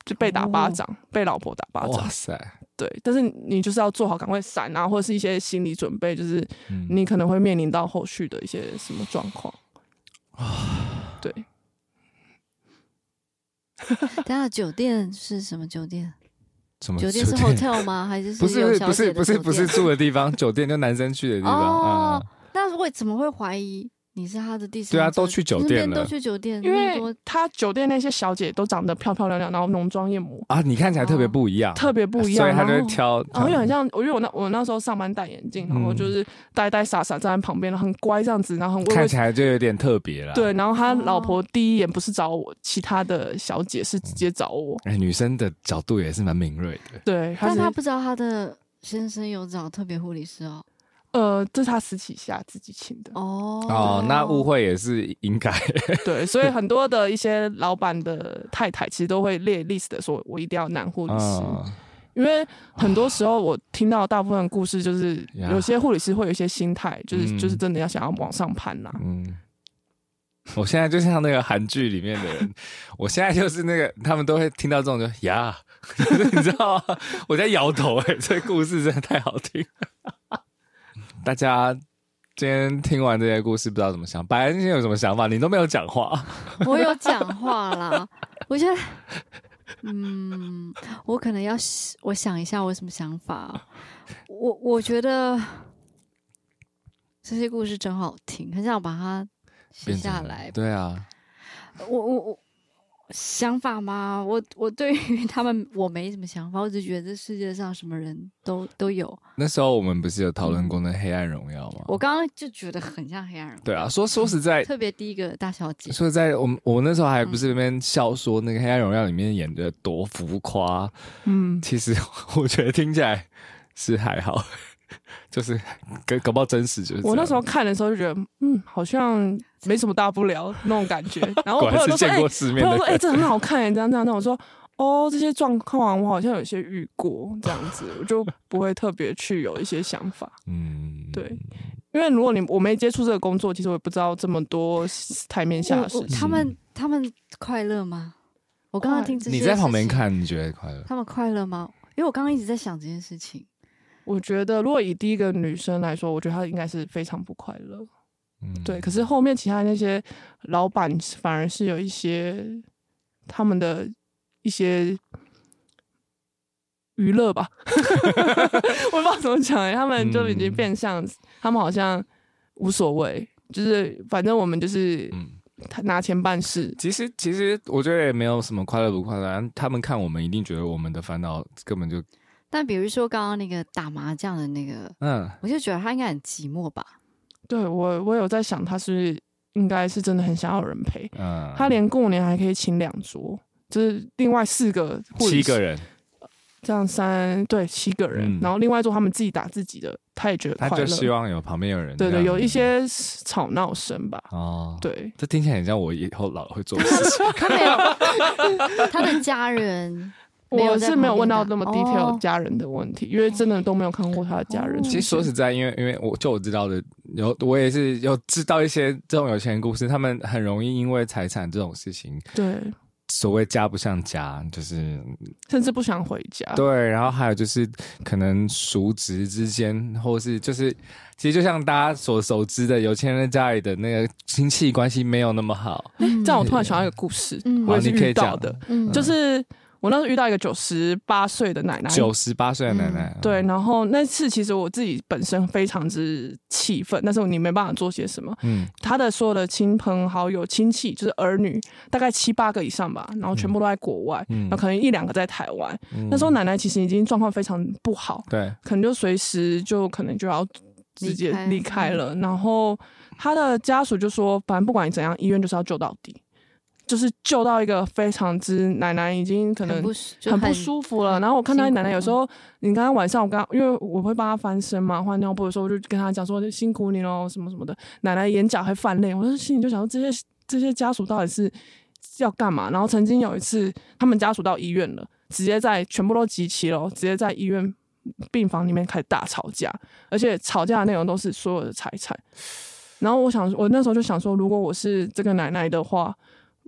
Speaker 4: 就被打巴掌，被老婆打巴
Speaker 1: 哇
Speaker 4: 掌。
Speaker 1: 塞，
Speaker 4: 对，但是你就是要做好赶快闪啊，或者是一些心理准备，就是
Speaker 1: 嗯
Speaker 4: 你可能会面临到后续的一些什么状况。
Speaker 1: 啊
Speaker 4: 对，
Speaker 2: 等下酒店是什么酒店？
Speaker 1: 什么
Speaker 2: 酒店是 hotel 吗？还是
Speaker 1: 嗯 不
Speaker 2: 有
Speaker 1: 是
Speaker 2: 小
Speaker 1: 不是
Speaker 2: 姐的
Speaker 1: 不是
Speaker 2: 酒
Speaker 1: 不是
Speaker 2: 店
Speaker 1: 住的地方，酒店就男生去的地方嗯
Speaker 2: 哦。那会怎么会怀疑你是他的第三者？
Speaker 1: 对啊都去酒
Speaker 2: 那边
Speaker 1: 店了
Speaker 2: 都去酒店，
Speaker 4: 因
Speaker 2: 那么多
Speaker 4: 为他酒店那些小姐都长得漂漂亮亮，然后浓妆艳抹，
Speaker 1: 嗯啊，你看起来特别不一样，
Speaker 4: 哦
Speaker 1: 啊
Speaker 4: 特别不一样。
Speaker 1: 所以他就
Speaker 4: 然
Speaker 1: 会
Speaker 4: 后
Speaker 1: 挑，
Speaker 4: 然后又很像，我因为我那我那时候上班戴眼镜，然后
Speaker 1: 嗯
Speaker 4: 就是呆呆傻傻站在旁边，然后很乖这样子，然后很畏
Speaker 1: 看
Speaker 4: 畏
Speaker 1: 起来就有点特别了。，
Speaker 4: 对。然后他
Speaker 2: 哦
Speaker 4: 老婆第一眼不是找我，其他的小姐是直接找我。
Speaker 1: 哎，女生的角度也是蛮敏锐的。
Speaker 4: 对，他
Speaker 2: 但
Speaker 4: 是
Speaker 2: 他不知道他的先生有找特别护理师哦。
Speaker 4: 呃，这是他私底下自己请的，
Speaker 2: 哦
Speaker 1: 哦，那误会也是应该。
Speaker 4: 对，所 以很多的一些老板的太太其实都会列 list 的说，我一定要男护理师，
Speaker 1: 嗯
Speaker 4: 因为很多时候我听到大部分的故事就是，
Speaker 1: 呀
Speaker 4: 有些护理师会有一些心态，就是、
Speaker 1: 嗯
Speaker 4: 啊就是真的要想要往上攀啦、
Speaker 1: 嗯，我现在就像那个韩剧里面的人，我现在就是那个，他们都会听到这种就呀，你知道吗？我在摇头哎、这故事真的太好听了大家今天听完这些故事，不知道怎么想。白安今天有什么想法？你都没有讲话，
Speaker 2: 我有讲话啦，我觉得，嗯，我可能要是我想一下我有什么想法哦、我我觉得这些故事真好听，很想把它写
Speaker 1: 变成
Speaker 2: 下来。
Speaker 1: 对啊，
Speaker 2: 我我我想法嘛，我我对于他们我没什么想法，我只觉得这世界上什么人都都有。
Speaker 1: 那时候我们不是有讨论过那《黑暗荣耀》吗？
Speaker 2: 我刚刚就觉得很像黑暗人，
Speaker 1: 对啊，说说实在，
Speaker 2: 特别第一个大小姐，
Speaker 1: 所以在我们我那时候还不是那边笑说那个《黑暗荣耀》里面演的多浮夸，
Speaker 4: 嗯，
Speaker 1: 其实我觉得听起来是还好， 就是搞搞不好真实就是这样。
Speaker 4: 我那时候看的时候就觉得，嗯，好像没什么大不了那种感觉。然后
Speaker 1: 果
Speaker 4: 我朋
Speaker 1: 然
Speaker 4: 友
Speaker 1: 是
Speaker 4: 都说，
Speaker 1: 见
Speaker 4: 哎、
Speaker 1: 过世
Speaker 4: 朋
Speaker 1: 面
Speaker 4: 友
Speaker 1: 的
Speaker 4: 说，哎、
Speaker 1: 人，
Speaker 4: 这很好看、这样这样。那我说，哦，这些状况我好像有些遇过，这样子，我就不会特别去有一些想法。
Speaker 1: 嗯，
Speaker 4: 对，因为如果你我没接触这个工作，其实我也不知道这么多台面下的
Speaker 2: 我
Speaker 4: 事
Speaker 2: 我
Speaker 1: 嗯
Speaker 4: 情。
Speaker 2: 他们他们快乐吗？我刚刚听这些，
Speaker 1: 你在旁边，看，你觉得快乐？
Speaker 2: 他们快乐吗？因为我刚刚一直在想这件事情，
Speaker 4: 我觉得，如果以第一个女生来说，我觉得她应该是非常不快乐。
Speaker 1: 嗯
Speaker 4: 对，可是后面其他那些老板反而是有一些他们的一些娱乐吧， 我不知道怎么讲、欸，他们就已经
Speaker 1: 嗯
Speaker 4: 变相，他们好像无所谓，就是反正我们就是
Speaker 1: 嗯，
Speaker 4: 他拿钱办事，
Speaker 1: 其实其实我觉得也没有什么快乐不快乐，他们看我们一定觉得我们的烦恼根本就
Speaker 2: 但比如说刚刚那个打麻将的那个，
Speaker 1: 嗯，
Speaker 2: 我就觉得他应该很寂寞吧。
Speaker 4: 对我，我有在想，他是应该是真的很想要有人陪，
Speaker 1: 嗯，
Speaker 4: 他连过年还可以请两桌，就是另外四个或者
Speaker 1: 七
Speaker 4: 是
Speaker 1: 个人，
Speaker 4: 这样三对七个人，
Speaker 1: 嗯
Speaker 4: 然后另外一桌他们自己打自己的，他也觉得
Speaker 1: 他
Speaker 4: 快乐。
Speaker 1: 就希望有旁边有人这
Speaker 4: 对
Speaker 1: 样，
Speaker 4: 对，有一些吵闹声吧，
Speaker 1: 哦，，
Speaker 4: 对。
Speaker 1: 这听起来很像我以后老了会做的事情。
Speaker 2: 他没有， 他的家人没有
Speaker 4: 我
Speaker 2: 在
Speaker 4: 是没有问到
Speaker 2: 旁
Speaker 4: 那
Speaker 2: 边
Speaker 4: 么
Speaker 2: 打
Speaker 4: detail
Speaker 2: 哦
Speaker 4: 家人的问题，因为真的都没有看过他的家人
Speaker 2: 哦
Speaker 4: 出现。
Speaker 1: 其实说实在，因为因为我就我知道的，有我也是有知道一些这种有钱人故事，他们很容易因为财产这种事情，
Speaker 4: 对，
Speaker 1: 所谓家不像家，就是
Speaker 4: 甚至不想回家。
Speaker 1: 对，然后还有就是可能叔侄之间，或是就是其实就像大家所熟知的，有钱人家里的那个亲戚关系没有那么好，
Speaker 2: 嗯
Speaker 4: 这样我突然想到一个故事，
Speaker 2: 嗯
Speaker 4: 我也
Speaker 1: 好
Speaker 4: 是
Speaker 1: 你可以
Speaker 4: 遇到
Speaker 1: 讲
Speaker 4: 的，
Speaker 2: 嗯
Speaker 4: 就是我那时候遇到一个九十八岁的奶奶，
Speaker 1: 九十八岁的奶奶，
Speaker 4: 嗯
Speaker 1: 啊
Speaker 4: 对，，然后那次其实我自己本身非常之气愤，但是你没办法做些什么。
Speaker 1: 嗯，
Speaker 4: 他的所有的亲朋好友、亲戚，就是儿女，大概七八个以上吧，然后全部都在国外，
Speaker 1: 嗯
Speaker 4: 然后可能一两个在台湾。
Speaker 1: 嗯
Speaker 4: 那时候奶奶其实已经状况非常不好，
Speaker 1: 对，
Speaker 4: 可能就随时就可能就要直接离
Speaker 2: 离
Speaker 4: 开
Speaker 2: 开
Speaker 4: 了。然后他的家属就说，反正不管你怎样，医院就是要救到底，就是救到一个非常之奶奶已经可能
Speaker 2: 很不舒就
Speaker 4: 很不舒服了。然后我看到
Speaker 2: 辛
Speaker 4: 奶奶
Speaker 2: 苦
Speaker 4: 有时候，你刚刚晚上我刚因为我会帮她翻身嘛，换尿布的时候，我就跟她讲说辛苦你喽，什么什么的。奶奶眼角还泛泪，我就心里就想说这些这些家属到底是要干嘛？然后曾经有一次，他们家属到医院了，直接在全部都集齐了，直接在医院。病房里面开始大吵架，而且吵架的内容都是所有的财产。然后我想，我那时候就想说，如果我是这个奶奶的话，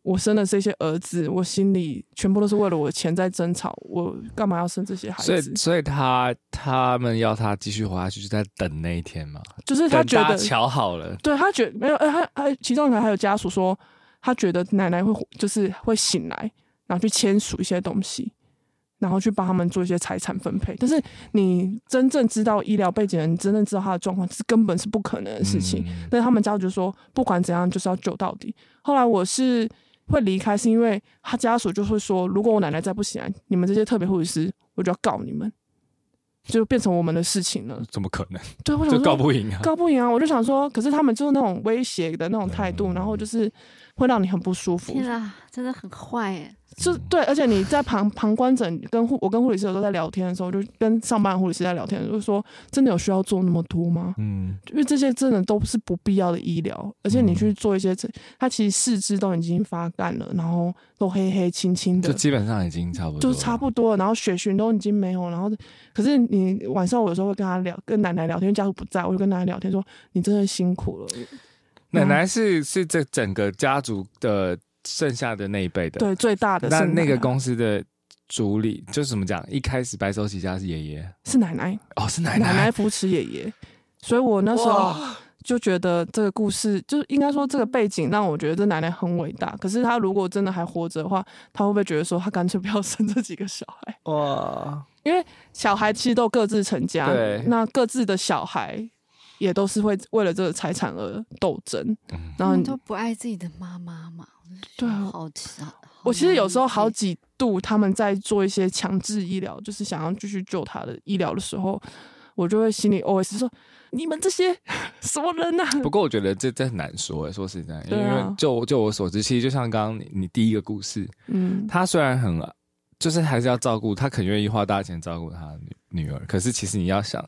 Speaker 4: 我生了这些儿子，我心里全部都是为了我的钱在争吵，我干嘛要生这些孩
Speaker 1: 所以
Speaker 4: 子？
Speaker 1: 所以他他们要他继续活下去，就在等那一天嘛，
Speaker 4: 就是他觉
Speaker 1: 等大家，
Speaker 4: 得
Speaker 1: 瞧好了，
Speaker 4: 对他觉得没有，呃，他还其中还有家属说，他觉得奶奶会就是会醒来，然后去签署一些东西，然后去帮他们做一些财产分配。但是你真正知道医疗背景的人，你真正知道他的状况，是根本是不可能的事情。
Speaker 1: 嗯
Speaker 4: 但他们家属就说，不管怎样，就是要救到底。后来我是会离开，是因为他家属就会说，如果我奶奶再不醒来，你们这些特别护理师，我就要告你们，就变成我们的事情了。
Speaker 1: 怎么可能？
Speaker 4: 对，我想
Speaker 1: 就
Speaker 4: 说
Speaker 1: 告不赢啊！
Speaker 4: 告不赢啊！我就想说，可是他们就是那种威胁的那种态度，然后就是会让你很不舒服。
Speaker 2: 天啊，真的很坏哎！
Speaker 4: 就对，而且你在旁旁观者跟护我跟护理师有时候在聊天的时候，就跟上班的护理师在聊天，就是说真的有需要做那么多吗？
Speaker 1: 嗯，
Speaker 4: 因为这些真的都是不必要的医疗，而且你去做一些，这他其实四肢都已经发干了，然后都黑黑青青
Speaker 1: 就
Speaker 4: 的，
Speaker 1: 基本上已经差不多了，
Speaker 4: 就差不多了，然后血循都已经没有，然后可是你晚上我有时候会跟他聊，跟奶奶聊天，因为家属不在，我就跟奶奶聊天说你真的辛苦了，
Speaker 1: 奶奶是是这整个家族的剩下的那一辈的，
Speaker 4: 对最大的
Speaker 1: 那
Speaker 4: 是
Speaker 1: 那
Speaker 4: 奶
Speaker 1: 个
Speaker 4: 奶
Speaker 1: 公司的主理就是怎么讲？一开始白手起家是爷爷，
Speaker 4: 是奶奶，
Speaker 1: 哦，是奶
Speaker 4: 奶奶扶持爷爷，所以我那时候
Speaker 1: 哇
Speaker 4: 就觉得这个故事，就是应该说这个背景让我觉得这奶奶很伟大。可是她如果真的还活着的话，她会不会觉得说她干脆不要生这几个小孩？
Speaker 1: 哇，
Speaker 4: 因为小孩其实都各自成家
Speaker 1: 对，
Speaker 4: 那各自的小孩也都是会为了这个财产而斗争。嗯
Speaker 1: 嗯
Speaker 4: 然后
Speaker 2: 你都不爱自己的妈妈嘛？
Speaker 4: 对啊，
Speaker 2: 好奇啊！
Speaker 4: 我其实有时候好
Speaker 2: 难理解
Speaker 4: 几度他们在做一些强制医疗，就是想要继续救他的医疗的时候，我就会心里 OS 说：“你们这些 什么人呐、啊
Speaker 1: 不过我觉得这这很难说欸，说实在，因
Speaker 4: 对啊
Speaker 1: 为就就我所知，其实就像刚刚你你第一个故事，？”
Speaker 4: 嗯，
Speaker 1: 他虽然很就是还是要照顾，他肯愿意花大钱照顾他的女女儿，可是其实你要想，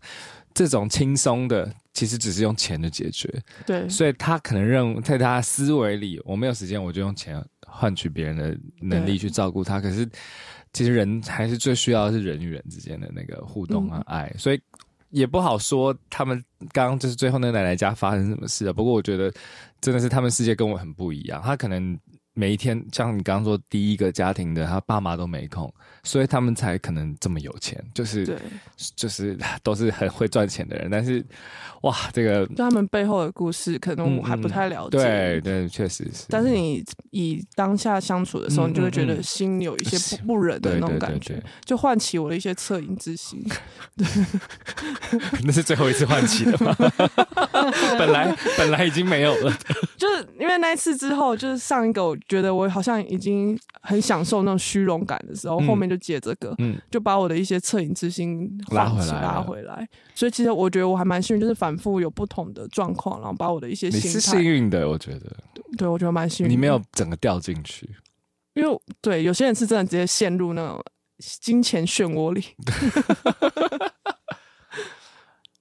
Speaker 1: 这种轻松的其实只是用钱的解决，
Speaker 4: 对，
Speaker 1: 所以他可能认为在他的思维里，我没有时间，我就用钱换取别人的能力
Speaker 4: 对
Speaker 1: 去照顾他。可是其实人还是最需要的是人与人之间的那个互动和爱，所以也不好说他们刚刚就是最后那个奶奶家发生什么事了。不过我觉得真的是他们世界跟我很不一样，他可能。每一天，像你刚刚说，第一个家庭的他爸妈都没空，所以他们才可能这么有钱，就是
Speaker 4: 对，
Speaker 1: 就是都是很会赚钱的人。但是，哇，这个
Speaker 4: 就他们背后的故事，可能我还不太了解。
Speaker 1: 嗯对对，确实是。
Speaker 4: 但是你以当下相处的时候，
Speaker 1: 嗯
Speaker 4: 你就会觉
Speaker 1: 嗯
Speaker 4: 得
Speaker 1: 嗯
Speaker 4: 心里有一些
Speaker 1: 是
Speaker 4: 不不忍的
Speaker 1: 对
Speaker 4: 那种
Speaker 1: 对
Speaker 4: 感
Speaker 1: 对
Speaker 4: 觉，
Speaker 1: 对，
Speaker 4: 就唤起我的一些恻隐之心。
Speaker 1: 那是最后一次换气了 吗？本来本来已经没有了。
Speaker 4: 就是因为那一次之后，就是上一个我觉得我好像已经很享受那种虚荣感的时候，
Speaker 1: 嗯
Speaker 4: 后面就接这个，
Speaker 1: 嗯，
Speaker 4: 就把我的一些恻隐之心
Speaker 1: 拉
Speaker 4: 唤
Speaker 1: 回
Speaker 4: 起
Speaker 1: 来
Speaker 4: 拉
Speaker 1: 了
Speaker 4: 回来。所以其实我觉得我还蛮幸运，就是反复有不同的状况，然后把我的一些
Speaker 1: 你是
Speaker 4: 心
Speaker 1: 幸
Speaker 4: 态，
Speaker 1: 运的，我觉得
Speaker 4: 对我觉得蛮幸运的。
Speaker 1: 你没有整个掉进去。
Speaker 4: 因为对有些人是真的直接陷入那种金钱漩涡里。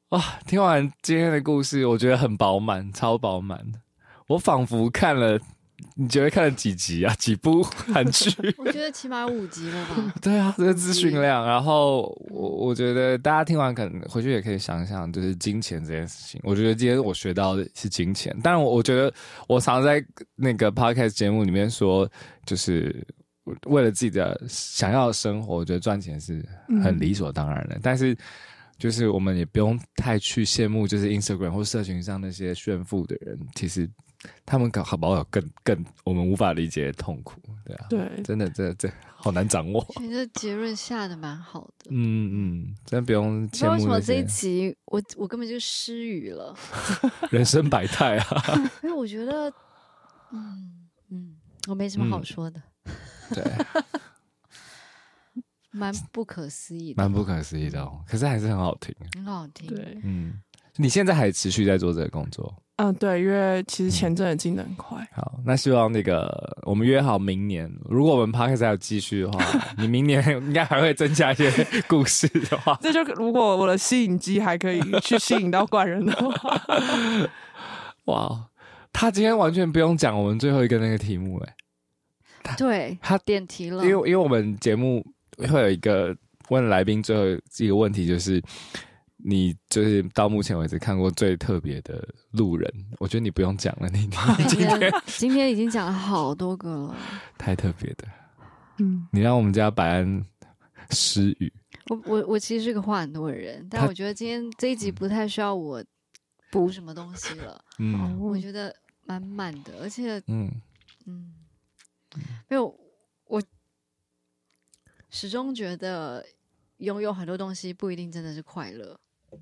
Speaker 1: 哇，听完今天的故事，我觉得很饱满，超饱满的。我仿佛看了，你觉得看了几集啊？几部韩剧？
Speaker 2: 我觉得起码五集了 吧
Speaker 1: ？对啊，这个资讯量。然后我我觉得大家听完可能回去也可以想想，就是金钱这件事情。我觉得今天我学到的是金钱，但我我觉得我常在那个 podcast 节目里面说，就是为了自己的想要的生活，我觉得赚钱是很理所当然的。但是就是我们也不用太去羡慕，就是 Instagram 或社群上那些炫富的人，其实他们搞不好有更更我们无法理解的痛苦，对啊。
Speaker 4: 对，
Speaker 1: 真的，这这好难掌握。
Speaker 2: 觉得结论下的蛮好的。
Speaker 1: 嗯嗯，真不用
Speaker 2: 不知道
Speaker 1: 羡
Speaker 2: 为什
Speaker 1: 慕
Speaker 2: 么
Speaker 1: 那
Speaker 2: 这一
Speaker 1: 些
Speaker 2: 集我我根本就失语了，
Speaker 1: 人生百态啊。
Speaker 2: 因为我觉得，嗯嗯，我没什么好
Speaker 1: 嗯
Speaker 2: 说的，
Speaker 1: 对，
Speaker 2: 蛮不可思议的，
Speaker 1: 蛮不可思议的哦，可是还是很好听。
Speaker 2: 很好听。
Speaker 4: 对，
Speaker 1: 嗯，你现在还持续在做这个工作？
Speaker 4: 嗯，对，因为其
Speaker 1: 嗯
Speaker 4: 实前阵子进的很快。
Speaker 1: 好，那希望那个我们约好明年，如果我们 p o d c a s 还有继续的 话，你明年应该还会增加一些故事的话。
Speaker 4: 这就如果我的吸引机 还可以去吸引到怪人的话，
Speaker 1: 哇，哦他今天完全不用讲我们最后一个那个题目哎、
Speaker 2: 对，
Speaker 1: 他
Speaker 2: 点题了，
Speaker 1: 因为因为我们节目会有一个问来宾最后一个问题，就是你就是到目前为止看过最特别的路人，我觉得你不用讲了，你你
Speaker 2: 今天今天已经讲了好多个了，
Speaker 1: 太特别的，
Speaker 4: 嗯，
Speaker 1: 你让我们家白安失语。
Speaker 2: 我我我其实是个话很多的人，但
Speaker 1: 他
Speaker 2: 我觉得今天这一集不太需要我补什么东西了，
Speaker 4: 哦
Speaker 1: 嗯
Speaker 2: 我觉得满满的，而且
Speaker 1: 嗯，
Speaker 2: 嗯，没有，我始终觉得拥有很多东西不一定真的是快乐，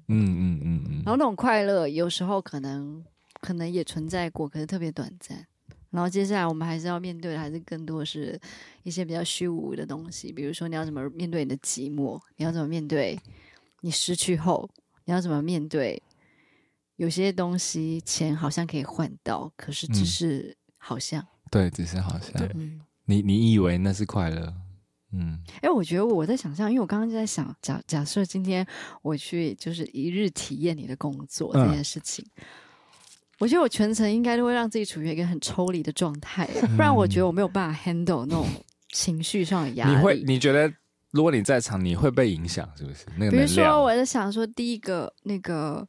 Speaker 1: 嗯嗯嗯嗯
Speaker 2: 然后那种快乐有时候可能可能也存在过，可是特别短暂。然后接下来我们还是要面对的，还是更多是一些比较虚无的东西，比如说你要怎么面对你的寂寞，你要怎么面对你失去后，你要怎么面对有些东西钱好像可以换到，可是只
Speaker 1: 嗯
Speaker 2: 是好像，
Speaker 1: 对，只是好像
Speaker 4: 对
Speaker 2: 嗯，
Speaker 1: 你你以为那是快乐，嗯，
Speaker 2: 哎，我觉得我在想象，因为我刚刚就在想，假假设今天我去就是一日体验你的工作这
Speaker 1: 嗯
Speaker 2: 件事情，我觉得我全程应该都会让自己处于一个很抽离的状 态，不然我觉得我没有办法 handle 那种情绪上的压
Speaker 1: 嗯
Speaker 2: 力。
Speaker 1: 你会你觉得如果你在场，你会被影响是不是？那个
Speaker 2: 比如
Speaker 1: 能量
Speaker 2: 说，我在想说，第一个那个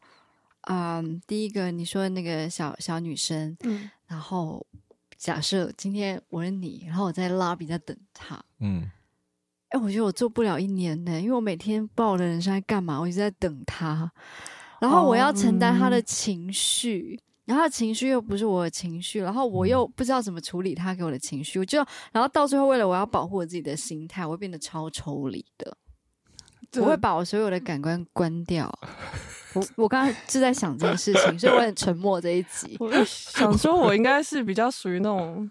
Speaker 2: 啊、第一个你说的那个小小女生，
Speaker 4: 嗯，
Speaker 2: 然后假设今天我是你，然后我在 lobby 在等他，
Speaker 1: 嗯，
Speaker 2: 哎，我觉得我做不了一年呢，因为我每天不知道我的人生在干嘛，我一直在等他，然后我要承担他的情绪，然后他的情绪又不是我的情绪，然后我又不知道怎么处理他给我的情绪，我就然后到最后为了我要保护我自己的心态，我会变得超抽离的，我会把我所有的感官关掉。我我刚刚就在想这件事情，所以我很沉默这一集。
Speaker 4: 我 就想说，我应该是比较属于那种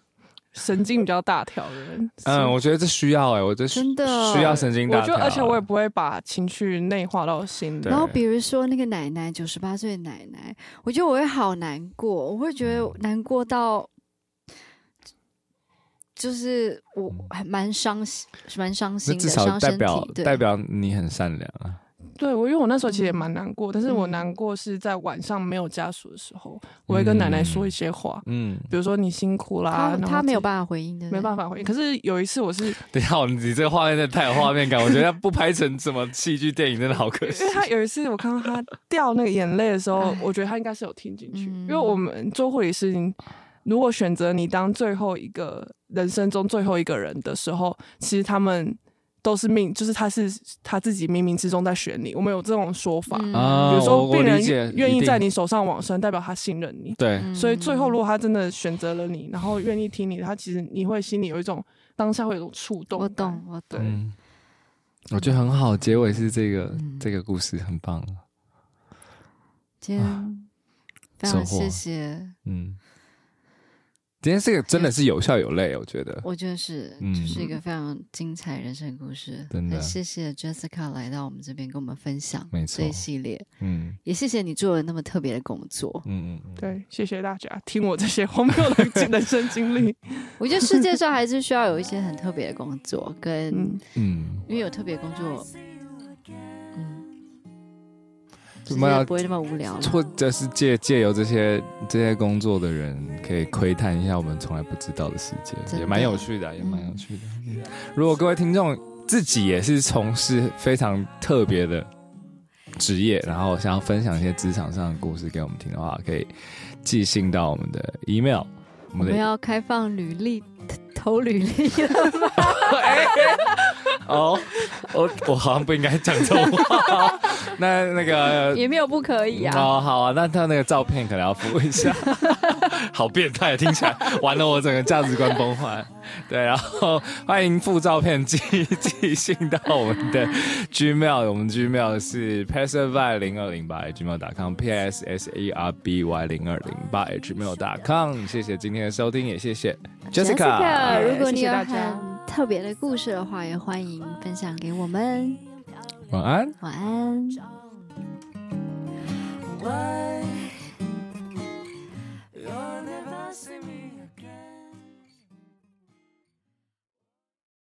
Speaker 4: 神经比较大条的人。
Speaker 1: 嗯，我觉得这需要哎、我这需
Speaker 2: 真的
Speaker 1: 需要神经大
Speaker 4: 我
Speaker 1: 条
Speaker 4: 就
Speaker 1: 啊，
Speaker 4: 而且我也不会把情绪内化到心里
Speaker 1: 对。
Speaker 2: 然后比如说那个奶奶，九十八岁的奶奶，我觉得我会好难过，我会觉得
Speaker 1: 嗯
Speaker 2: 难过到，就是我还蛮伤心，蛮伤
Speaker 1: 嗯那
Speaker 2: 心
Speaker 1: 至
Speaker 2: 的，
Speaker 1: 少
Speaker 2: 伤
Speaker 1: 代
Speaker 2: 身
Speaker 1: 表
Speaker 2: 体。
Speaker 1: 代
Speaker 2: 对，
Speaker 1: 表你很善良啊。
Speaker 4: 对我，因为我那时候其实也蛮难过，但是我
Speaker 2: 嗯
Speaker 4: 难过是在晚上没有家属的时候，我会跟奶奶说一些话，
Speaker 1: 嗯，
Speaker 4: 比如说你辛苦啦
Speaker 2: 他，他没有
Speaker 4: 办
Speaker 2: 办法回应的，
Speaker 4: 没办
Speaker 2: 法。
Speaker 4: 法回应。可是有一次我是
Speaker 1: 等一下，哦你这个画面真的太有画面感，我觉得不拍成什么戏剧电影真的好可惜
Speaker 4: 因为。他有一次我看到他掉那个眼泪的时候
Speaker 2: 唉，
Speaker 4: 我觉得他应该是有听进去，
Speaker 2: 嗯
Speaker 4: 因为我们做护理师，你如果选择你当最后一个人生中最后一个人的时候，其实他们都是命，就是他是他自己冥冥之中在选你，我们有这种说法。
Speaker 2: 嗯
Speaker 1: 啊
Speaker 4: 比如
Speaker 1: 我
Speaker 4: 说，
Speaker 1: 我
Speaker 4: 病
Speaker 1: 理解
Speaker 4: 人愿
Speaker 1: 一
Speaker 4: 意
Speaker 1: 定
Speaker 4: 在你手上往生，代表他信任你。
Speaker 1: 对，
Speaker 2: 嗯
Speaker 4: 所以最后，如果他真的选择了你，然后愿意听你，他其实你会心里有一种当下会有一种触动。
Speaker 2: 我懂，。我懂。
Speaker 1: 嗯，我觉得很好，结尾是这个、
Speaker 2: 嗯
Speaker 1: 这个故事很棒。
Speaker 2: 今天非
Speaker 1: 啊收获
Speaker 2: 常谢谢，
Speaker 1: 嗯，今天这个真的是有笑有泪，我觉得。
Speaker 2: 我觉得是
Speaker 1: 嗯
Speaker 2: 就是一个非常精彩人生故事。
Speaker 1: 真的
Speaker 2: 很谢谢 Jessica 来到我们这边跟我们分享
Speaker 1: 没错
Speaker 2: 这一系列，
Speaker 1: 嗯
Speaker 2: 也谢谢你做了那么特别的工作。
Speaker 1: 嗯嗯嗯，
Speaker 4: 对，谢谢大家听我这些荒谬的人生 经历。
Speaker 2: 我觉得世界上还是需要有一些很特别的工作，跟
Speaker 4: 嗯，
Speaker 1: 嗯，
Speaker 2: 因为有特别工作，嗯
Speaker 1: 怎
Speaker 2: 世
Speaker 1: 么
Speaker 2: 界
Speaker 1: 要
Speaker 2: 不会那么无聊了。
Speaker 1: 或者是借借由这些这些工作的人，可以窥探一下我们从来不知道的世界，
Speaker 2: 真的
Speaker 1: 也蛮有趣的啊，也蛮有趣的。嗯如果各位听众自己也是从事非常特别的职业，然后想要分享一些职场上的故事给我们听的话，可以寄信到我们的 email，我
Speaker 2: 我
Speaker 1: 们
Speaker 2: 们
Speaker 1: 的
Speaker 2: 要开放履历，投履历 了吗？
Speaker 1: 哎哦，我我好像不应该讲这种话。 那那个
Speaker 2: 也没有不可以啊。
Speaker 1: 哦，好啊，那他那个照片可能要附一 下，好变态，听起来完了，我整个价值观崩坏。对，然后欢迎附照片寄寄信到我们的 Gmail，我们 Gmail 是 passerby 零二零八 gmail.com，p s s a r b y 零二零八 gmail.com。谢谢今天的收听，也谢谢 Jessica。哎
Speaker 2: 如果你
Speaker 4: 谢谢
Speaker 2: 有
Speaker 4: 大家
Speaker 2: 很特别的故事的话，也欢迎分享给我们。
Speaker 1: 晚安。
Speaker 2: 晚安。
Speaker 3: What